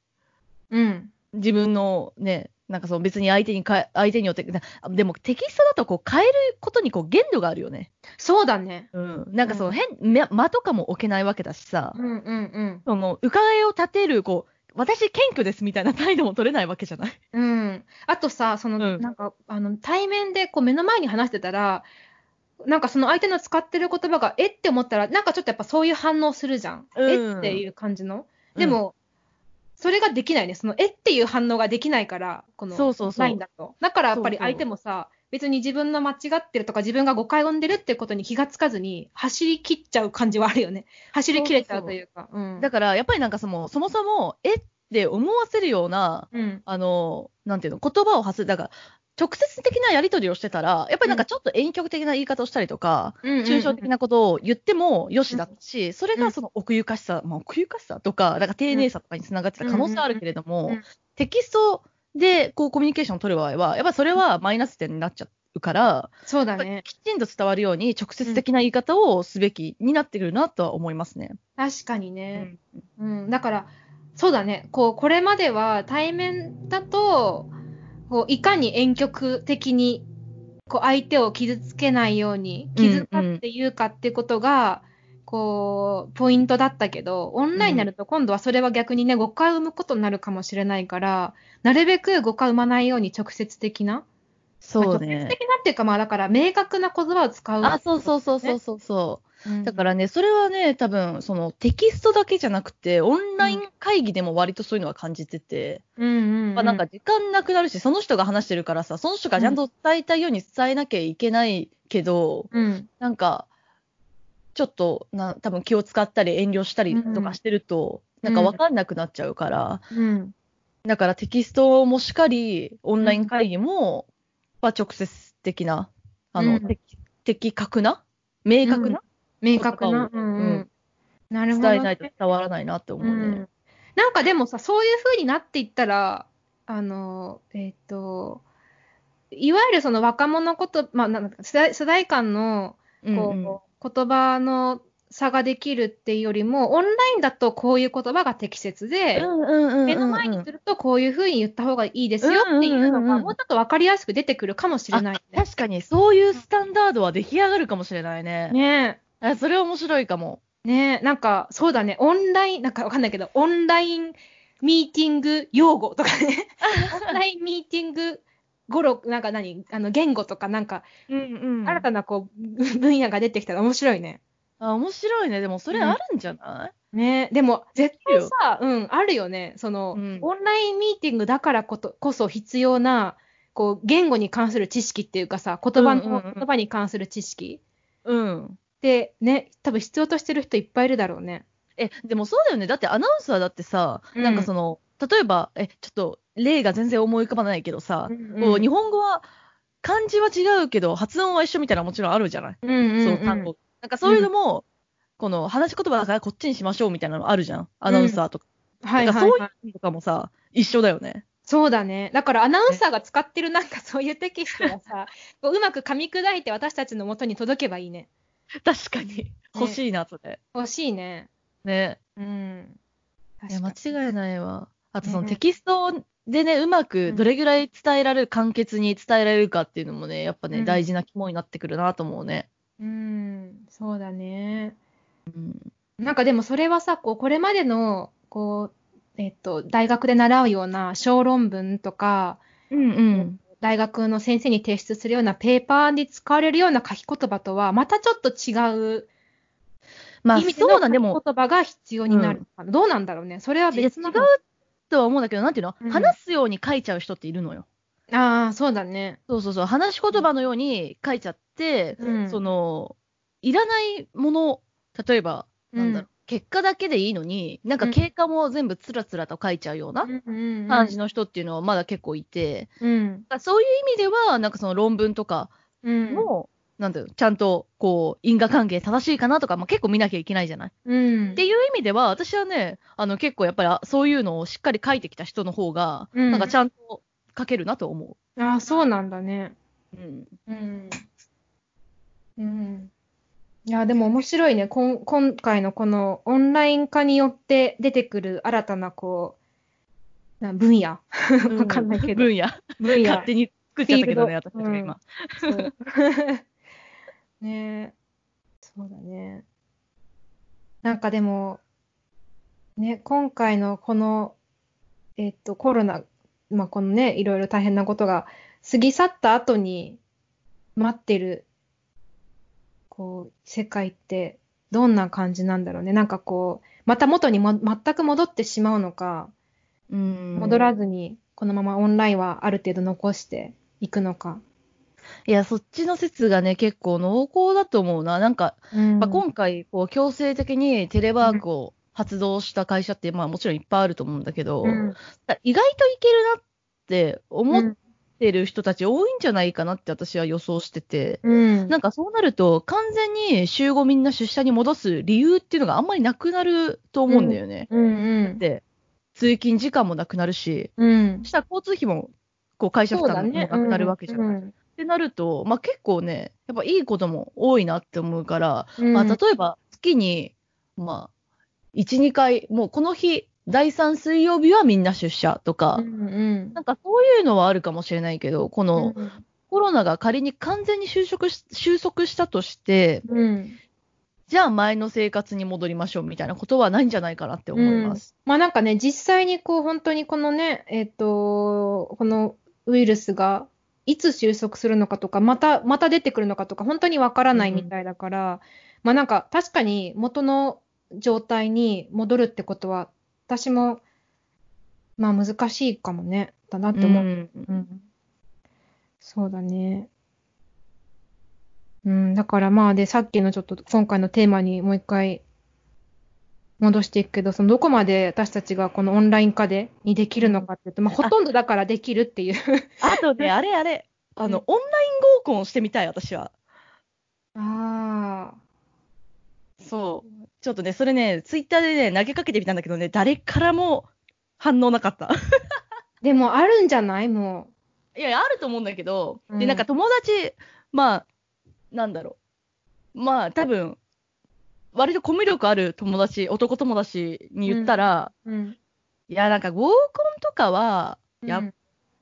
[SPEAKER 2] うん。
[SPEAKER 1] 自分のね、なんかその別に相手にかえ相手によって、なでもテキストだとこう変えることにこう限度があるよね。
[SPEAKER 2] そうだね。
[SPEAKER 1] うん。なんかその変、め間とかも置けないわけだしさ、
[SPEAKER 2] うんうん
[SPEAKER 1] その伺いを立てる、こう、私謙虚ですみたいな態度も取れないわけじゃない。
[SPEAKER 2] うん。うん。あとさ、その、
[SPEAKER 1] うん
[SPEAKER 2] なんか、あの、対面でこう目の前に話してたら、なんかその相手の使ってる言葉が、えって思ったら、なんかちょっとやっぱそういう反応するじゃん。
[SPEAKER 1] うん
[SPEAKER 2] えっていう感じの。でも、それができないね。その、えっていう反応ができないから、この、
[SPEAKER 1] そうそうそう
[SPEAKER 2] ラインだと。だからやっぱり
[SPEAKER 1] そうそう
[SPEAKER 2] 相手もさ、別に自分の間違ってるとか、自分が誤解を生んでるってことに気がつかずに、走り切っちゃう感じはあるよね。走り切れちゃうというか。うん。
[SPEAKER 1] だからやっぱりなんかそのそもそも、えって思わせるような、
[SPEAKER 2] うん。
[SPEAKER 1] あの、なんていうの、言葉を発する、だから、直接的なやり取りをしてたら、やっぱりなんかちょっと遠曲的な言い方をしたりとか、抽
[SPEAKER 2] 抽
[SPEAKER 1] 象的なことを言ってもよしだったし、それがその奥ゆかしさ、まあ、奥ゆかしさとか、なんか丁寧さとかにつながってた可能性はあるけれど
[SPEAKER 2] うんうん
[SPEAKER 1] も
[SPEAKER 2] うん、
[SPEAKER 1] テキストでこうコミュニケーションを取る場合は、やっぱりそれはマイナス点になっちゃうから、
[SPEAKER 2] そう
[SPEAKER 1] や
[SPEAKER 2] だ
[SPEAKER 1] っぱり
[SPEAKER 2] ね。
[SPEAKER 1] きちんと伝わるように直接的な言い方をすべきになってくるなとは思いますね。
[SPEAKER 2] 確かにね。うん。だから、そうだね。こう、これまでは対面だと、こう、いかに遠曲的に、こう、相手を傷つけないように、
[SPEAKER 1] うん
[SPEAKER 2] 傷かっていうかってことが、こう、ポイントだったけど、オンラインになると今度はそれは逆にね、誤解を生むことになるかもしれないから、なるべく誤解を生まないように直接的な。
[SPEAKER 1] そう
[SPEAKER 2] まあ直接
[SPEAKER 1] ね。
[SPEAKER 2] 的なっていうか、まあだから明確な言葉を使う。
[SPEAKER 1] あ、そうそうそうそうそうそう。
[SPEAKER 2] うん
[SPEAKER 1] だからね、それはね、多分そのテキストだけじゃなくて、オンライン会議でも割とそういうのは感じてて、
[SPEAKER 2] うんうん、うん。
[SPEAKER 1] まあ、なんか時間なくなるし、その人が話してるからさ、その人がちゃんと伝えたいように伝えなきゃいけないけど、
[SPEAKER 2] うん、
[SPEAKER 1] なんか、ちょっとな、多分気を使ったり遠慮したりとかしてると、
[SPEAKER 2] うん
[SPEAKER 1] なんか分かんなくなっちゃうから、
[SPEAKER 2] うん。
[SPEAKER 1] だからテキストもしかり、オンライン会議も、まあ、直接的な、あの、
[SPEAKER 2] うん
[SPEAKER 1] 的的確な、明確な、
[SPEAKER 2] 明確
[SPEAKER 1] 言葉を
[SPEAKER 2] な。うんうんなるほど
[SPEAKER 1] 伝
[SPEAKER 2] ね。
[SPEAKER 1] えないと伝わらないなって思うね。
[SPEAKER 2] うんなんかでもさ、そういう風になっていったら、あの、えっ、と、いわゆるその若者こと、まあ、なんか世代世代間のこう、言葉の差ができるっていうよりも、オンラインだとこういう言葉が適切で、目
[SPEAKER 1] 目
[SPEAKER 2] の前にするとこういう風に言った方がいいですよっていうの
[SPEAKER 1] うんうんうんう
[SPEAKER 2] が、
[SPEAKER 1] ん
[SPEAKER 2] もうちょっと分かりやすく出てくるかもしれないね。
[SPEAKER 1] 確かにそういうスタンダードは出来上がるかもしれないね。
[SPEAKER 2] ねえ。
[SPEAKER 1] あそれ面白いかも。
[SPEAKER 2] ねえ、なんか、そうだね、オンライン、なんかわかんないけど、オンラインミーティング用語とか ね、オンラインミーティング語録、なんか何、あの言語とか、なんか、
[SPEAKER 1] うんう
[SPEAKER 2] 新たなこう、分野が出てきたら面白いね。
[SPEAKER 1] あ面白いね。でもそれあるんじゃない、
[SPEAKER 2] ね、でも絶対さ、うん、あるよね。その、
[SPEAKER 1] うん
[SPEAKER 2] オンラインミーティングだからことこそ必要な、こう、言語に関する知識っていうかさ、言葉の、
[SPEAKER 1] うんうんうん
[SPEAKER 2] 言葉に関する知識
[SPEAKER 1] うん。
[SPEAKER 2] ってね、多分必要としてる人いっぱいいるだろうね。
[SPEAKER 1] え、でもそうだよね。だってアナウンサーだってさ、
[SPEAKER 2] うん
[SPEAKER 1] なんかその、例えば、え、ちょっと例が全然思い浮かばないけどさ、
[SPEAKER 2] うん
[SPEAKER 1] こう日本語は漢字は違うけど発音は一緒みたいなのもちろんあるじゃない、
[SPEAKER 2] うんうんうん
[SPEAKER 1] その単語。なんかそういうのも、この話し言葉だからこっちにしましょうみたいなのあるじゃん。アナウンサーとか。
[SPEAKER 2] はいはい、
[SPEAKER 1] だ
[SPEAKER 2] は
[SPEAKER 1] か
[SPEAKER 2] い。
[SPEAKER 1] らそういうのとかもさ、一緒だよね。
[SPEAKER 2] そうだね。だからアナウンサーが使ってるなんかそういうテキストがさ、 こううまく噛み砕いて私たちの元に届けばいいね。
[SPEAKER 1] 確かに。 欲しいな、それ。
[SPEAKER 2] 欲しいね。
[SPEAKER 1] ね。
[SPEAKER 2] うん。
[SPEAKER 1] いや、間違いないわ。あとその
[SPEAKER 2] ね
[SPEAKER 1] テキストでね、うま
[SPEAKER 2] う
[SPEAKER 1] く
[SPEAKER 2] ん
[SPEAKER 1] どれぐらい伝えられる、簡潔に伝えられるかっていうのもね、やっぱ
[SPEAKER 2] う
[SPEAKER 1] ね、
[SPEAKER 2] ん
[SPEAKER 1] 大事な肝になってくるなと思うね。
[SPEAKER 2] うん、そうだね。
[SPEAKER 1] うん。
[SPEAKER 2] なんかでもそれはさ、こう、これまでの、こう、えっと、大学で習うような小論文とか、
[SPEAKER 1] うんうん。
[SPEAKER 2] 大学の先生に提出するようなペーパーに使われるような書き言葉とは、またちょっと違う
[SPEAKER 1] まあ、
[SPEAKER 2] 意味での
[SPEAKER 1] そうだ、で
[SPEAKER 2] 書
[SPEAKER 1] も
[SPEAKER 2] き、言葉が必要になるのかな。どうなんだろうね。それはい
[SPEAKER 1] や違
[SPEAKER 2] 別
[SPEAKER 1] う
[SPEAKER 2] なの
[SPEAKER 1] とは思うんだけど、なんていうの、
[SPEAKER 2] うん
[SPEAKER 1] 話すように書いちゃう人っているのよ。
[SPEAKER 2] ああ、そうだね。
[SPEAKER 1] そうそうそう、話し言葉のように書いちゃって、
[SPEAKER 2] うん
[SPEAKER 1] その、いらないもの、例えば、なんだろう、結果だけでいいのに、なんか
[SPEAKER 2] うん
[SPEAKER 1] 経過も全部つらつらと書いちゃうような
[SPEAKER 2] うんうんうん
[SPEAKER 1] 感じの人っていうのはまだ結構いて、
[SPEAKER 2] うん。
[SPEAKER 1] だからそういう意味では、なんかその論文とか
[SPEAKER 2] うん。
[SPEAKER 1] も、なんだろう、ちゃんと、こう、因果関係正しいかなとか、まあ、結構見なきゃいけないじゃない。
[SPEAKER 2] うん。
[SPEAKER 1] っていう意味では、私はね、あの、結構やっぱりあ、そういうのをしっかり書いてきた人の方が、
[SPEAKER 2] うん
[SPEAKER 1] なんかちゃんと書けるなと思
[SPEAKER 2] ああ、そうなんだね。
[SPEAKER 1] う。うん。
[SPEAKER 2] うん。うん。いや、でも面白いね。こん、今回のこのオンライン化によって出てくる新たな、こう、な 分野。わかんないけど。
[SPEAKER 1] 分野。
[SPEAKER 2] 分野
[SPEAKER 1] 勝。手に作っちゃったけどね、
[SPEAKER 2] フィールド
[SPEAKER 1] 私たちが今。
[SPEAKER 2] そう ねえ。そうだね。なんかでも、ね、今回のこの、えっと、コロナ、まあ、このね、いろいろ大変なことが過ぎ去った後に待ってる、こう、世界ってどんな感じなんだろうね。なんかこう、また元にも全く戻ってしまうのか、
[SPEAKER 1] うん
[SPEAKER 2] 戻らずに、このままオンラインはある程度残していくのか。
[SPEAKER 1] いや、そっちの説がね、結構濃厚だと思うな。なんか、
[SPEAKER 2] うん
[SPEAKER 1] まあ、今回、こう、強制的にテレワークを発動した会社って、まあ、もちろんいっぱいあると思うんだけど、
[SPEAKER 2] うん
[SPEAKER 1] 意外といけるなって思ってる人たち多いんじゃないかなって私は予想してて、
[SPEAKER 2] うん、
[SPEAKER 1] なんかそうなると、完全に週後みんな出社に戻す理由っていうのがあんまりなくなると思うんだよね。
[SPEAKER 2] うんうん。
[SPEAKER 1] で、通勤時間もなくなるし、
[SPEAKER 2] うん。
[SPEAKER 1] したら交通費も、こう、会社負担もなくなるわけじゃん。
[SPEAKER 2] うん
[SPEAKER 1] ってなると、まあ、結構ね、やっぱいいことも多いなって思うから、
[SPEAKER 2] うん
[SPEAKER 1] まあ、例えば月に、まあ、1、2回、もうこの日、第3水曜日はみんな出社とか、
[SPEAKER 2] うんうん
[SPEAKER 1] なんかそういうのはあるかもしれないけど、こ
[SPEAKER 2] う
[SPEAKER 1] の
[SPEAKER 2] んうん
[SPEAKER 1] コロナが仮に完全に収束し収束したとして、
[SPEAKER 2] うん
[SPEAKER 1] じゃあ前の生活に戻りましょうみたいなことはないんじゃないかなって思います。
[SPEAKER 2] まあなんかね、実際にこう本当にこのね、えっと、このウイルスがいつ収束するのかとか、また、また出てくるのかとか、本当にわからないみたいだから、まあなんか確かに元の状態に戻るってことは、私も、まあ難しいかもね、だなって思う。うんそうだね。うん、だからまあ、で、さっきのちょっと今回のテーマにもう一回戻していくけど、そのどこまで私たちがこのオンライン化で、にできるのかっていうと、まあ、ほとんどだからできるっていう。
[SPEAKER 1] あとね、あれあれ、あ
[SPEAKER 2] う
[SPEAKER 1] の
[SPEAKER 2] ん、
[SPEAKER 1] オンライン合コンをしてみたい、私は。
[SPEAKER 2] ああ。
[SPEAKER 1] そう。ちょっとね、それね、ツイッターでね、投げかけてみたんだけどね、誰からも反応なかった。
[SPEAKER 2] でもあるんじゃないも
[SPEAKER 1] いや、あると思うんだけど、
[SPEAKER 2] うん
[SPEAKER 1] で、なんか友達、まあ、なんだろう。まあ、多分、割とコミュ力ある友達、男友達に言ったら、
[SPEAKER 2] う。うん。
[SPEAKER 1] いや、なんか合コンとかは、やっ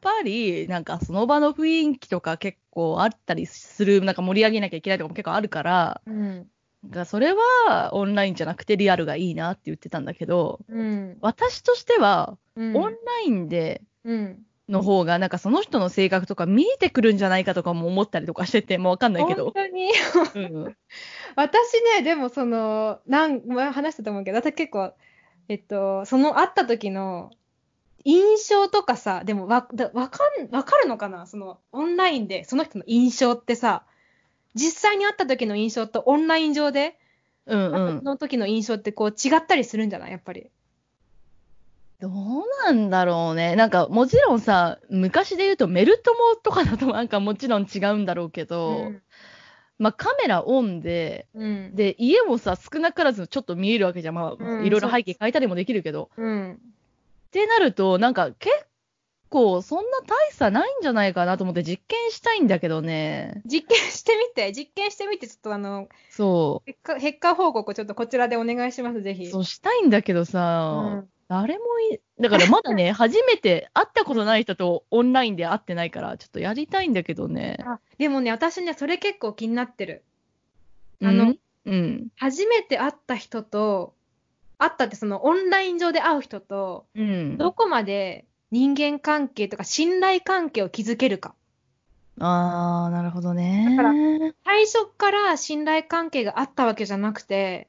[SPEAKER 1] ぱり、なんかその場の雰囲気とか結構あったりする、なんか盛り上げなきゃいけないとかも結構あるから、
[SPEAKER 2] うん。
[SPEAKER 1] なんかそれはオンラインじゃなくてリアルがいいなって言ってたんだけど、
[SPEAKER 2] うん。
[SPEAKER 1] 私としては、
[SPEAKER 2] うん。
[SPEAKER 1] オンラインで
[SPEAKER 2] うん。
[SPEAKER 1] の方が、なんかその人の性格とか見えてくるんじゃないかとかも思ったりとかしてて、もうわかんないけ
[SPEAKER 2] 本
[SPEAKER 1] ど。
[SPEAKER 2] 当に。
[SPEAKER 1] うん。
[SPEAKER 2] 私ね、でもその、なん、前話したと思うけど、私結構、えっと、その会った時の印象とかさ、でもわ、だわかん、わかるのかなその、オンラインで、その人の印象ってさ、実際に会った時の印象とオンライン上で、
[SPEAKER 1] うんう
[SPEAKER 2] そ
[SPEAKER 1] ん。
[SPEAKER 2] の時の印象ってこう違ったりするんじゃないやっぱり。
[SPEAKER 1] どうなんだろうね。なんか、もちろんさ、昔で言うとメル友とかだとなんかもちろん違うんだろうけど、まあカメラオンで、
[SPEAKER 2] うん。
[SPEAKER 1] で、家もさ、少なからずちょっと見えるわけじゃん。ま
[SPEAKER 2] う
[SPEAKER 1] あ、
[SPEAKER 2] ん
[SPEAKER 1] いろい
[SPEAKER 2] そ
[SPEAKER 1] ろ
[SPEAKER 2] う
[SPEAKER 1] 背景変えたりもできるけど。
[SPEAKER 2] うん。
[SPEAKER 1] ってなると、なんか結構そんな大差ないんじゃないかなと思って実験したいんだけどね。
[SPEAKER 2] 実験してみて、実験してみて、ちょっとあの、
[SPEAKER 1] そ
[SPEAKER 2] 結果結果報告をちょっとこちらでお願いします、ぜ
[SPEAKER 1] う。
[SPEAKER 2] ひ。
[SPEAKER 1] そうしたいんだけど
[SPEAKER 2] う
[SPEAKER 1] さ、
[SPEAKER 2] ん
[SPEAKER 1] 誰もい、だからまだ ね、初めて会ったことない人とオンラインで会ってないから、ちょっとやりたいんだけどね。
[SPEAKER 2] あでもね、私ね、それ結構気になってる。
[SPEAKER 1] うん
[SPEAKER 2] あの、
[SPEAKER 1] うん。
[SPEAKER 2] 初めて会った人と、会ったってそのオンライン上で会う人と、
[SPEAKER 1] うん。
[SPEAKER 2] どこまで人間関係とか信頼関係を築けるか。
[SPEAKER 1] ああ、なるほどね。
[SPEAKER 2] だから
[SPEAKER 1] うん
[SPEAKER 2] 最初から信頼関係があったわけじゃなくて、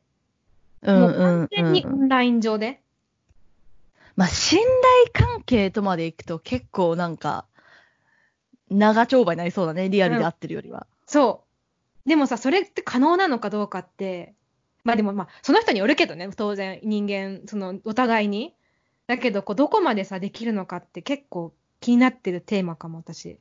[SPEAKER 1] うん
[SPEAKER 2] もう完全に
[SPEAKER 1] う
[SPEAKER 2] オ
[SPEAKER 1] ん。
[SPEAKER 2] ンライン上で。
[SPEAKER 1] まあ、信頼関係とまでいくと結構なんか、長丁場になりそうだね、リアルで会ってるよりは。
[SPEAKER 2] そう。でもさ、それって可能なのかどうかって、まあでもまあ、その人によるけどね、当然人間、そのお互いに。だけど、こうどこまでさ、できるのかって結構気になってるテーマかも、私。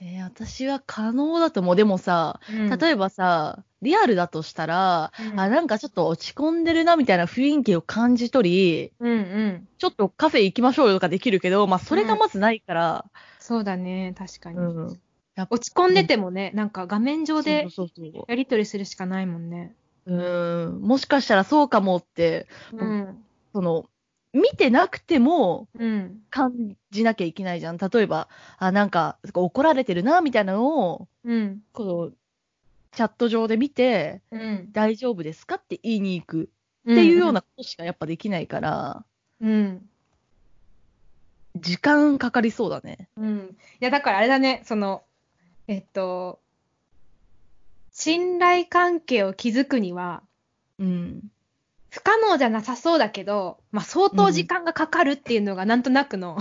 [SPEAKER 1] えー私は可能だと思う。でもさ、例
[SPEAKER 2] え
[SPEAKER 1] えばさ、リアルだとしたら、
[SPEAKER 2] ば、うん
[SPEAKER 1] あ、なんかちょっと落ち込んでるなみたいな雰囲気を感じ取り、
[SPEAKER 2] うんうん。
[SPEAKER 1] ちょっとカフェ行きましょうよとかできるけど、まあそれがまずないから、
[SPEAKER 2] そうだね、確かに。
[SPEAKER 1] うんやっぱ
[SPEAKER 2] 落ち込んでてもね、なんか画面上で
[SPEAKER 1] そうそうそ
[SPEAKER 2] やり取りするしかないもんね。
[SPEAKER 1] う。うん、もしかしたらそうかもって、
[SPEAKER 2] う。
[SPEAKER 1] うんその、見てなくても
[SPEAKER 2] うん。
[SPEAKER 1] 感じなきゃいけないじゃん。例えば、あ、なんか怒られてるなみたいなのを、
[SPEAKER 2] うん。
[SPEAKER 1] この、チャット上で見て、
[SPEAKER 2] うん。
[SPEAKER 1] 大丈夫ですかって言いに行く。
[SPEAKER 2] っ
[SPEAKER 1] っていうような。ことしかやっぱできないから、
[SPEAKER 2] うん。
[SPEAKER 1] 時間かかりそうだね。
[SPEAKER 2] うん。いや、だからあれだね、その、えっと、信頼関係を築くには、
[SPEAKER 1] うん。
[SPEAKER 2] 不可能じゃなさそうだけど、まあ、相当時間がかかるっていうのが、なんとなくの、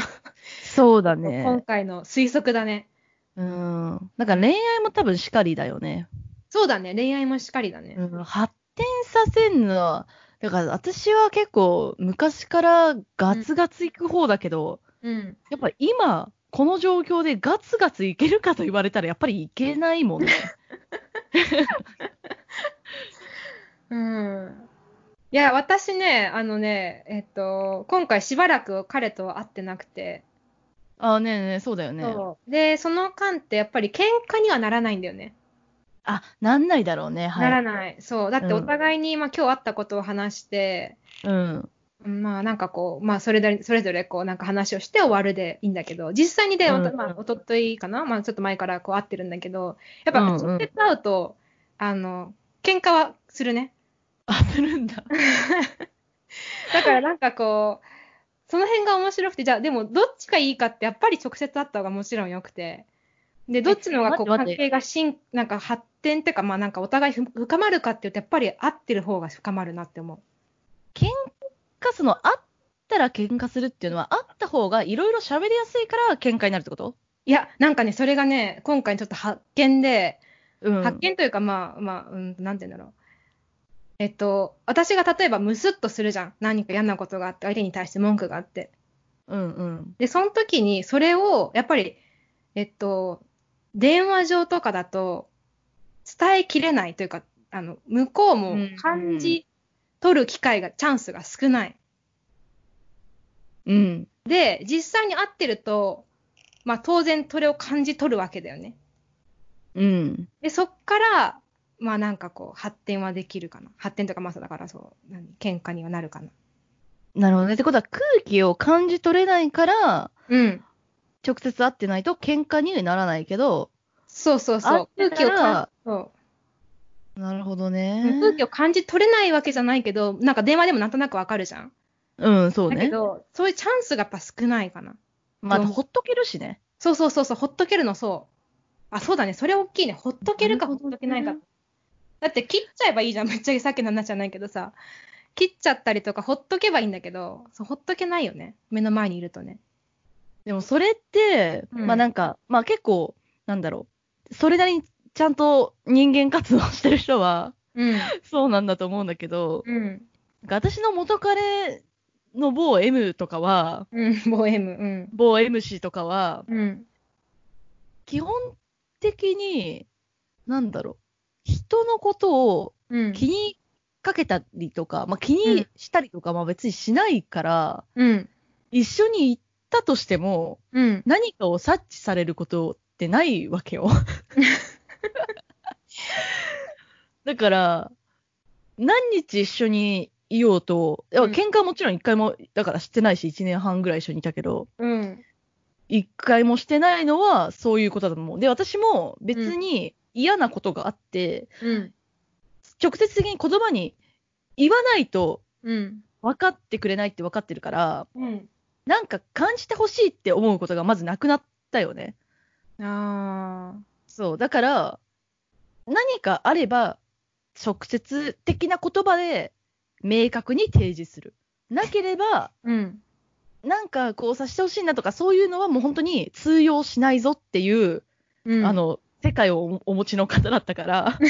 [SPEAKER 1] そうだ
[SPEAKER 2] 今
[SPEAKER 1] ね。
[SPEAKER 2] 回の推測だね。
[SPEAKER 1] うん。だから恋愛も多分しかりだよね。
[SPEAKER 2] そうだね、恋愛もしっかりだね。
[SPEAKER 1] うん。発展させんのは、だから私は結構昔からガツガツ行く方だけど、
[SPEAKER 2] うん。
[SPEAKER 1] やっぱ今、この状況でガツガツいけるかと言われたらやっぱりいけないもんね。
[SPEAKER 2] うんいや、私ね、あのね、えっと、今回しばらく彼とは会ってなくて、
[SPEAKER 1] ああ、ねえねえ、そうだよね。
[SPEAKER 2] そうで、その間ってやっぱり喧嘩にはならないんだよね。
[SPEAKER 1] あ、なんないだろうね。はい。
[SPEAKER 2] ならない。そう。だって
[SPEAKER 1] うん
[SPEAKER 2] お互いに、まあ今日会ったことを話して、
[SPEAKER 1] うん。
[SPEAKER 2] うんまあなんかこう、まあそれぞれ、それぞれこうなんか話をして終わるでいいんだけど、実際にで、おと
[SPEAKER 1] うん
[SPEAKER 2] まあおとといかな、まあちょっと前からこう会ってるんだけど、やっぱ
[SPEAKER 1] うんうん
[SPEAKER 2] 直接会うと、あの、喧嘩はするね。
[SPEAKER 1] あ、するんだ。
[SPEAKER 2] だからなんかこう、その辺が面白くて、じゃあでもどっちがいいかってやっぱり直接会った方がもちろん良くて、で、どっちの方がこう
[SPEAKER 1] 待
[SPEAKER 2] 関
[SPEAKER 1] って待って
[SPEAKER 2] 係がしん、なんか発展っていうか、まあなんかお互いふ深まるかっていうと、やっぱり会ってる方が深まるなって思う。
[SPEAKER 1] 喧嘩その会ったら喧嘩するっていうのは会った方がいろいろ喋りやすいから喧嘩になるってこと
[SPEAKER 2] いや、なんかね、それがね、今回ちょっと発見で、
[SPEAKER 1] うん
[SPEAKER 2] 発見というか、まあ、まあ、うん、なんて言うんだろう。えっと、私が例えばムスッとするじゃん。何か嫌なことがあって、相手に対して文句があって。
[SPEAKER 1] うんうん
[SPEAKER 2] で、その時に、それを、やっぱり、えっと、電話上とかだと、伝えきれないというか、あの、向こうも
[SPEAKER 1] うん
[SPEAKER 2] 感じ取る機会が、チャンスが少ない。
[SPEAKER 1] うん
[SPEAKER 2] で、実際に会ってると、まあ当然それを感じ取るわけだよね。
[SPEAKER 1] うん
[SPEAKER 2] で、そっから、まあなんかこう、発展はできるかな。発展とかまさだからそう、何喧嘩にはなるかな。
[SPEAKER 1] なるほどねってことは空気を感じ取れないから
[SPEAKER 2] うん。
[SPEAKER 1] 直接会ってないと喧嘩にはならないけど
[SPEAKER 2] そうそうそう。
[SPEAKER 1] 会ってたら
[SPEAKER 2] 感じ、そう。
[SPEAKER 1] なるほどね
[SPEAKER 2] 空気を感じ取れないわけじゃないけど、なんか電話でもなんとなくわかるじゃん。
[SPEAKER 1] うんそう
[SPEAKER 2] だけ
[SPEAKER 1] ね
[SPEAKER 2] ど、そういうチャンスがやっぱ少ないかな。
[SPEAKER 1] うまあ、ほっとけるしね。
[SPEAKER 2] そうそうそうそう、ほっとけるの、そう。あ、そうだね、それ大きいね。ほっとける
[SPEAKER 1] な
[SPEAKER 2] か、ほ
[SPEAKER 1] る
[SPEAKER 2] っ
[SPEAKER 1] ほどね
[SPEAKER 2] とけないか。だって、切っちゃえばいいじゃん。ぶっちゃけさっきの話じゃないけどさ。切っちゃったりとか、ほっとけばいいんだけど、そうほっとけないよね。目の前にいるとね。
[SPEAKER 1] でもそれって、
[SPEAKER 2] うん
[SPEAKER 1] まあなんか、まあ結構、なんだろう。それなりにちゃんと人間活動してる人は、
[SPEAKER 2] うん。
[SPEAKER 1] そうなんだと思うんだけど、
[SPEAKER 2] うん。
[SPEAKER 1] なんか私の元彼の某 M とかは、
[SPEAKER 2] うん、 ボエム。うん。
[SPEAKER 1] 某 M 氏とかは、
[SPEAKER 2] うん。
[SPEAKER 1] 基本的に、なんだろう。人のことを
[SPEAKER 2] うん。
[SPEAKER 1] 気にかけたりとか、まあ気にしたりとか、まあ別にしないから、
[SPEAKER 2] うん。
[SPEAKER 1] 一緒に行ったとしても、
[SPEAKER 2] うん。
[SPEAKER 1] 何かを察知されることってないわけ よ。だから、何日一緒にいようと、いや
[SPEAKER 2] うん
[SPEAKER 1] 喧嘩はもちろん一回も、だからしてないし、一年半ぐらい一緒にいたけど、
[SPEAKER 2] うん。
[SPEAKER 1] 一回もしてないのはそういうことだと思う。で、私も別に嫌なことがあって、
[SPEAKER 2] うん。
[SPEAKER 1] 直接的に言葉に言わないと
[SPEAKER 2] うん。
[SPEAKER 1] 分かってくれないって分かってるから、
[SPEAKER 2] うん。
[SPEAKER 1] なんか感じてほしいって思うことがまずなくなったよね。
[SPEAKER 2] ああ。
[SPEAKER 1] そう、だから、何かあれば、直接的な言葉で明確に提示する。なければ、
[SPEAKER 2] うん。
[SPEAKER 1] なんかこうさしてほしいなとか、そういうのはもう本当に通用しないぞっていう、
[SPEAKER 2] うん。
[SPEAKER 1] あ、の、世界をおお持ちの方だったから。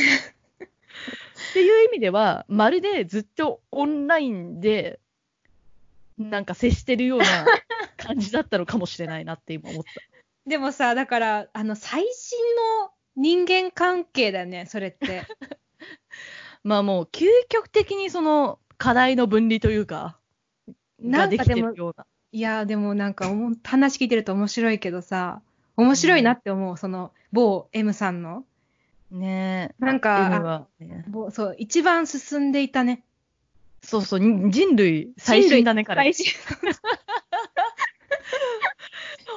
[SPEAKER 1] っていう意味では、まるでずっとオンラインで、なんか接してる ような感じだったのかもしれないなって今思った。
[SPEAKER 2] でもさ、だから、あの、最新の人間関係だよね、それって。
[SPEAKER 1] まあもう究極的にその課題の分離というか、
[SPEAKER 2] な
[SPEAKER 1] が
[SPEAKER 2] ん
[SPEAKER 1] で
[SPEAKER 2] か
[SPEAKER 1] き
[SPEAKER 2] で
[SPEAKER 1] て
[SPEAKER 2] も
[SPEAKER 1] るような。
[SPEAKER 2] いやー、でもなんかおも、話聞いてると面白いけどさ、面白いなって思う、その、某 M さんの。
[SPEAKER 1] ねえ。
[SPEAKER 2] なんか
[SPEAKER 1] M はね
[SPEAKER 2] 某そう、一番進んでいたね。
[SPEAKER 1] そうそう、に人類最新だね、彼。
[SPEAKER 2] 最新。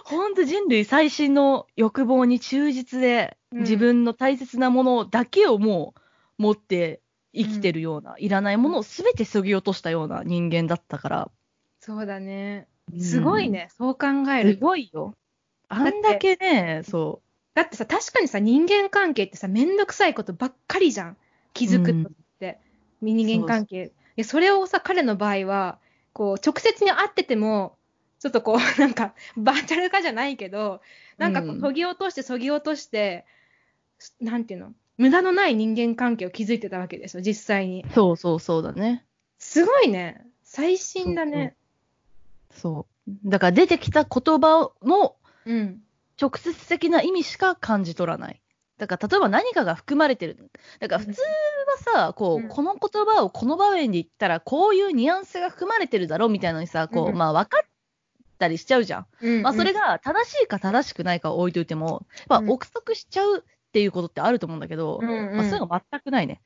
[SPEAKER 1] ほんと人類最新の欲望に忠実で、
[SPEAKER 2] うん
[SPEAKER 1] 自分の大切なものだけをもう持って生きてるような、いらないものを全て削ぎ落としたような人間だったから。
[SPEAKER 2] そうだね。すごいね、そう考え
[SPEAKER 1] うん。す
[SPEAKER 2] ると。
[SPEAKER 1] ごいよ。あんだけね、そ
[SPEAKER 2] だってさ、確かにさ、人間関係ってさ、めんどくさいことばっかりじゃん。気づくことって。人間関係。いや、それをさ、彼の場合は、こう、直接に会ってても、ちょっとこう、 なんか、バーチャル化じゃないけど、なんかこ
[SPEAKER 1] う
[SPEAKER 2] う、
[SPEAKER 1] ん
[SPEAKER 2] そぎ落として、そぎ落として、なんていうの無駄のない人間関係を築いてたわけでしょ、実際に。
[SPEAKER 1] う。そうそうそうだね。
[SPEAKER 2] すごいね。最新だね。
[SPEAKER 1] そう。だから出てきた言葉の
[SPEAKER 2] うん。
[SPEAKER 1] 直接的な意味しか感じ取らない。だから例えば何かが含まれてる。だから普通はさ、こ
[SPEAKER 2] うん
[SPEAKER 1] う、この言葉をこの場面で言ったら、こういうニュアンスが含まれてるだろうみたいなのにさ、こ
[SPEAKER 2] う
[SPEAKER 1] う、
[SPEAKER 2] ん
[SPEAKER 1] まあ分かったりしちゃうじゃん。
[SPEAKER 2] うん。
[SPEAKER 1] まあそれが正しいか正しくないかは置いといても、まあ
[SPEAKER 2] うん
[SPEAKER 1] 憶測しちゃうっていうことってあると思うんだけど、
[SPEAKER 2] うんうん
[SPEAKER 1] まあそういうの全くないね。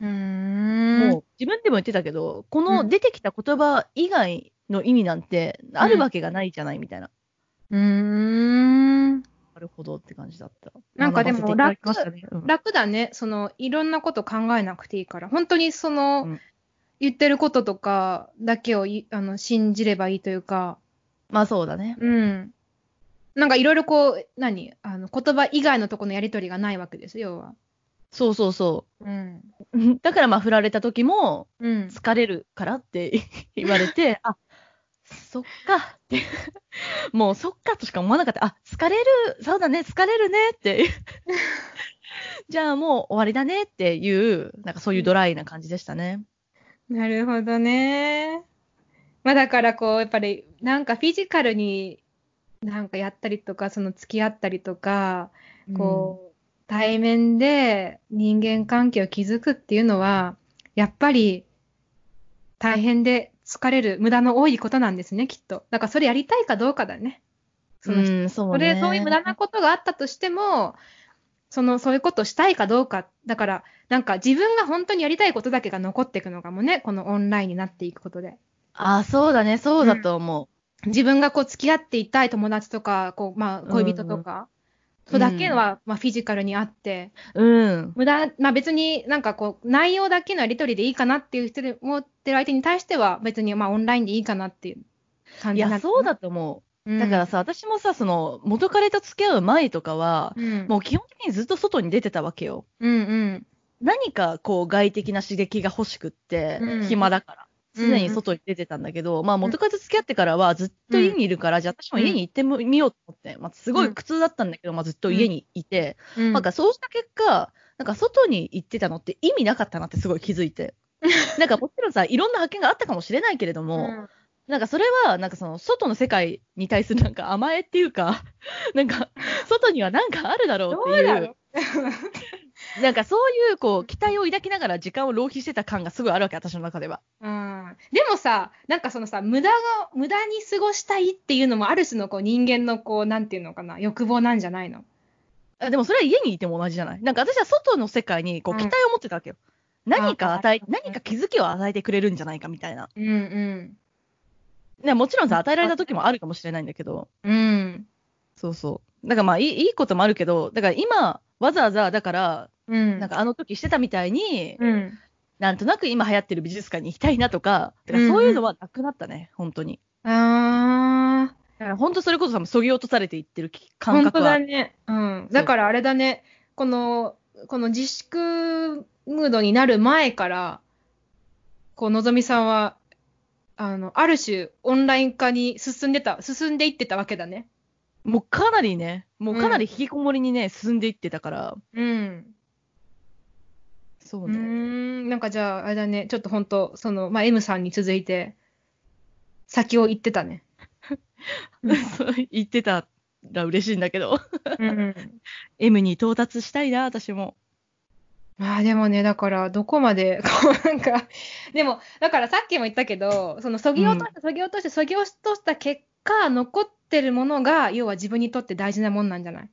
[SPEAKER 2] うーん。
[SPEAKER 1] もう自分でも言ってたけど、こ
[SPEAKER 2] う
[SPEAKER 1] の
[SPEAKER 2] ん
[SPEAKER 1] 出てきた言葉以外の意味なんてあるわけがないじゃないみたいな。
[SPEAKER 2] うーん。
[SPEAKER 1] なるほどって感じだった。
[SPEAKER 2] なんかでも
[SPEAKER 1] 学ばせていただきましたねうん
[SPEAKER 2] 楽だね。その、いろんなこと考えなくていいから。本当にその、
[SPEAKER 1] うん
[SPEAKER 2] 言ってることとかだけをいあの信じればいいというか、
[SPEAKER 1] まあそうだね。
[SPEAKER 2] うん。なんかいろいろこう、何あの、言葉以外のとこのやりとりがないわけです、要は。
[SPEAKER 1] そうそうそ
[SPEAKER 2] うん。
[SPEAKER 1] う。だからまあ振られた時も、
[SPEAKER 2] うん。
[SPEAKER 1] 疲れるからって 言われて、あ、そっか って、もうそっかとしか思わなかった。あ、疲れる、そうだね、疲れるねって。 じゃあもう終わりだねっていう、なんかそういうドライな感じでしたね。
[SPEAKER 2] なるほどね。まあだからこう、やっぱり、なんかフィジカルになんかやったりとか、その付き合ったりとか、こう、対面で人間関係を築くっていうのは、やっぱり大変で疲れる、無駄の多いことなんですね、きっと。だからそれやりたいかどうかだね。その人
[SPEAKER 1] うん、そう
[SPEAKER 2] そ
[SPEAKER 1] ね。
[SPEAKER 2] れ、そういう無駄なことがあったとしても、その、そういうことをしたいかどうか。だから、なんか自分が本当にやりたいことだけが残っていくのかもね、このオンラインになっていくことで。
[SPEAKER 1] あ、そうだね、そうだと思う。
[SPEAKER 2] 自分がこう付き合っていたい友達とか、こう、まあ、恋人とか、
[SPEAKER 1] うん
[SPEAKER 2] とだけは、まあ、フィジカルにあって、
[SPEAKER 1] うん。
[SPEAKER 2] 無駄、まあ別になんかこう、内容だけのやり取りでいいかなっていう人で思ってる相手に対しては、別にまあオンラインでいいかなっていう感
[SPEAKER 1] い
[SPEAKER 2] じに
[SPEAKER 1] や、
[SPEAKER 2] なる
[SPEAKER 1] そうだと思う。
[SPEAKER 2] うん
[SPEAKER 1] だから、さ、私もさ、その、元彼と付き合う前とかは、
[SPEAKER 2] うん、
[SPEAKER 1] もう基本的にずっと外に出てたわけよ。
[SPEAKER 2] うんうん。
[SPEAKER 1] 何かこう外的な刺激が欲しくって、
[SPEAKER 2] うん
[SPEAKER 1] 暇だから。
[SPEAKER 2] うん
[SPEAKER 1] 常に外に出てたんだけど、まあ元カレと付き合ってからはずっと家にいるから、じゃあ私も家に行ってみみようと思って、まあすごい苦痛だったんだけど、まあずっと家にいて、
[SPEAKER 2] うん、
[SPEAKER 1] なんかそうした結果、なんか外に行ってたのって意味なかったなってすごい気づい て。なんかもちろんさ、いろんな発見があったかもしれないけれども、なんかそれは、なんかその外の世界に対するなんか甘えっていうか、なんか外にはなんかあるだろう
[SPEAKER 2] ど
[SPEAKER 1] って
[SPEAKER 2] うだ
[SPEAKER 1] いう
[SPEAKER 2] ろう。
[SPEAKER 1] なんかそういうこう期待を抱きながら時間を浪費してた感がすごいあるわけ、私の中では。
[SPEAKER 2] うん、でもさ、なんかそのさ、無駄が、無駄に過ごしたいっていうのも、ある種のこう人間のこう、なんていうのかな、欲望なんじゃないの
[SPEAKER 1] あでもそれは家にいても同じじゃないなんか私は外の世界にこう
[SPEAKER 2] うん
[SPEAKER 1] 期待を持ってたわけよ。何か与え
[SPEAKER 2] あ、
[SPEAKER 1] 何か気づきを与えてくれるんじゃないかみたいな。
[SPEAKER 2] うんうん。
[SPEAKER 1] ね、もちろんさ、与えられた時もあるかもしれないんだけど、
[SPEAKER 2] うん。
[SPEAKER 1] そうそう。だからまあいいいいこともあるけど、だから今、わざわざ、だから、
[SPEAKER 2] うん。
[SPEAKER 1] なんかあの時してたみたいに、
[SPEAKER 2] うん。
[SPEAKER 1] なんとなく今流行ってる美術館に行きたいなとか、だからそういうのはなくなったね、本当に。
[SPEAKER 2] ああ、
[SPEAKER 1] だから本当それこそさ、そぎ落とされていってる感
[SPEAKER 2] 本
[SPEAKER 1] 覚
[SPEAKER 2] 当
[SPEAKER 1] は
[SPEAKER 2] だね。うん。だからあれだね、この、この自粛ムードになる前から、こう、のぞみさんは、あの、ある種、オンライン化に進んでた、進んでいってたわけだね。
[SPEAKER 1] もうかなりね、もうかなり引きこもりにね、進んでいってたから、
[SPEAKER 2] うん。
[SPEAKER 1] そうう
[SPEAKER 2] ー
[SPEAKER 1] ね。
[SPEAKER 2] ん、なんかじゃあ、あれだね、ちょっと本当その、まあ、M さんに続いて、先を行ってたね。うん
[SPEAKER 1] そう 言ってたら嬉しいんだけど、
[SPEAKER 2] うん。
[SPEAKER 1] M に到達したいな、私も。
[SPEAKER 2] まあでもね、だから、どこまで、 こう、なんか、でも、だからさっきも言ったけど、その、そぎ落として、そぎ落として、そぎ落とした結果、残ってるものが、要は自分にとって大事なもんなんじゃない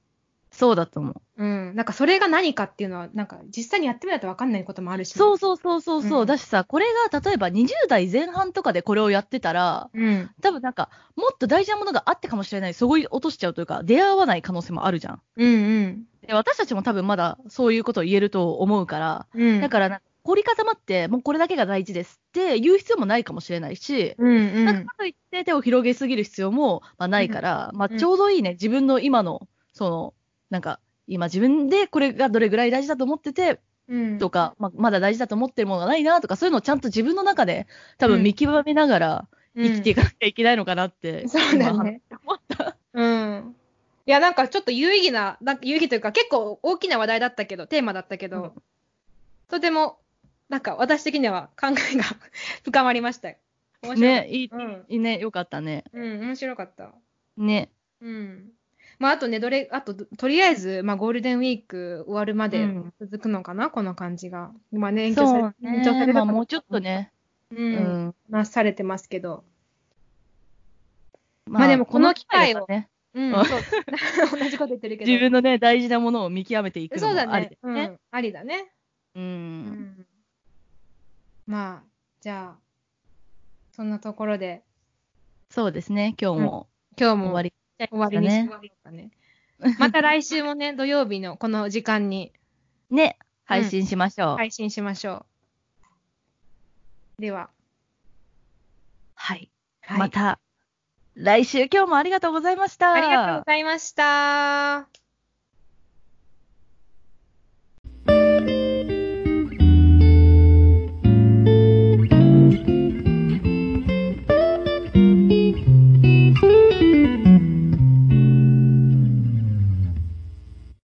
[SPEAKER 1] そうだと思う。
[SPEAKER 2] うん。なんか、それが何かっていうのは、なんか、実際にやってみないと分かんないこともあるし。
[SPEAKER 1] そうそうそうそうそう、
[SPEAKER 2] うん
[SPEAKER 1] だしさ、これが例えば20代前半とかでこれをやってたら、
[SPEAKER 2] うん。
[SPEAKER 1] 多分なんか、もっと大事なものがあってかもしれない、そこに落としちゃうというか、出会わない可能性もあるじゃん。
[SPEAKER 2] うん
[SPEAKER 1] で私たちも多分まだそういうことを言えると思うから、
[SPEAKER 2] うん。うん。
[SPEAKER 1] だからなんか凝り固まって、もうこれだけが大事ですって言う必要もないかもしれないし、
[SPEAKER 2] うんう
[SPEAKER 1] なん
[SPEAKER 2] ん
[SPEAKER 1] か。といって手を広げすぎる必要も、まあ、ないから、まあ、
[SPEAKER 2] うん
[SPEAKER 1] ちょうどいいね、自分の今の、その、なんか、今自分でこれがどれぐらい大事だと思ってて
[SPEAKER 2] うん。
[SPEAKER 1] とか、まあ、まだ大事だと思ってるものがないなとか、そういうのをちゃんと自分の中で多
[SPEAKER 2] うん
[SPEAKER 1] 分見極めながら
[SPEAKER 2] うん
[SPEAKER 1] 生きていかなきゃいけないのかなって。
[SPEAKER 2] そうだね。
[SPEAKER 1] 思った。
[SPEAKER 2] うん。いや、なんかちょっと有意義な、なんか有意義というか、結構大きな話題だったけど、テーマだったけど、
[SPEAKER 1] うん
[SPEAKER 2] とても、なんか私的には考えが 深まりましたよ。面白かっ
[SPEAKER 1] ね、いい
[SPEAKER 2] た。うん。
[SPEAKER 1] いいね、よかったね。
[SPEAKER 2] うん、面白かった。
[SPEAKER 1] ね。
[SPEAKER 2] うん。まあ、あとね、どれ、あと、どとりあえず、まあ、ゴールデンウィーク終わるまで
[SPEAKER 1] うん
[SPEAKER 2] 続くのかな、この感じが。今ね、延期
[SPEAKER 1] そ
[SPEAKER 2] さ
[SPEAKER 1] う
[SPEAKER 2] れ延長され
[SPEAKER 1] ね。ま
[SPEAKER 2] るか
[SPEAKER 1] あ、
[SPEAKER 2] と
[SPEAKER 1] もうちょっとね。
[SPEAKER 2] う、
[SPEAKER 1] うんん。
[SPEAKER 2] まあ、されてますけど。
[SPEAKER 1] ま
[SPEAKER 2] あでもこの機会
[SPEAKER 1] こ
[SPEAKER 2] を
[SPEAKER 1] のね、
[SPEAKER 2] うん、
[SPEAKER 1] うん
[SPEAKER 2] そう。 同じこと言ってるけど。
[SPEAKER 1] 自分のね、大事なものを見極めていくの
[SPEAKER 2] そうだ
[SPEAKER 1] もあり
[SPEAKER 2] ね
[SPEAKER 1] で。す
[SPEAKER 2] う
[SPEAKER 1] ね。
[SPEAKER 2] ん、ありだね。
[SPEAKER 1] うん。
[SPEAKER 2] うんまあ、じゃあ、そんなところで、
[SPEAKER 1] そうですね、今日も。
[SPEAKER 2] 今日も
[SPEAKER 1] 終わり。
[SPEAKER 2] 終わりにしましょうかね。また来週もね、土曜日のこの時間に
[SPEAKER 1] ね、配信しましょう。はい。
[SPEAKER 2] 配信しましょう。では、はい
[SPEAKER 1] また、来週、今日もありがとうございました。
[SPEAKER 2] ありがとうございました。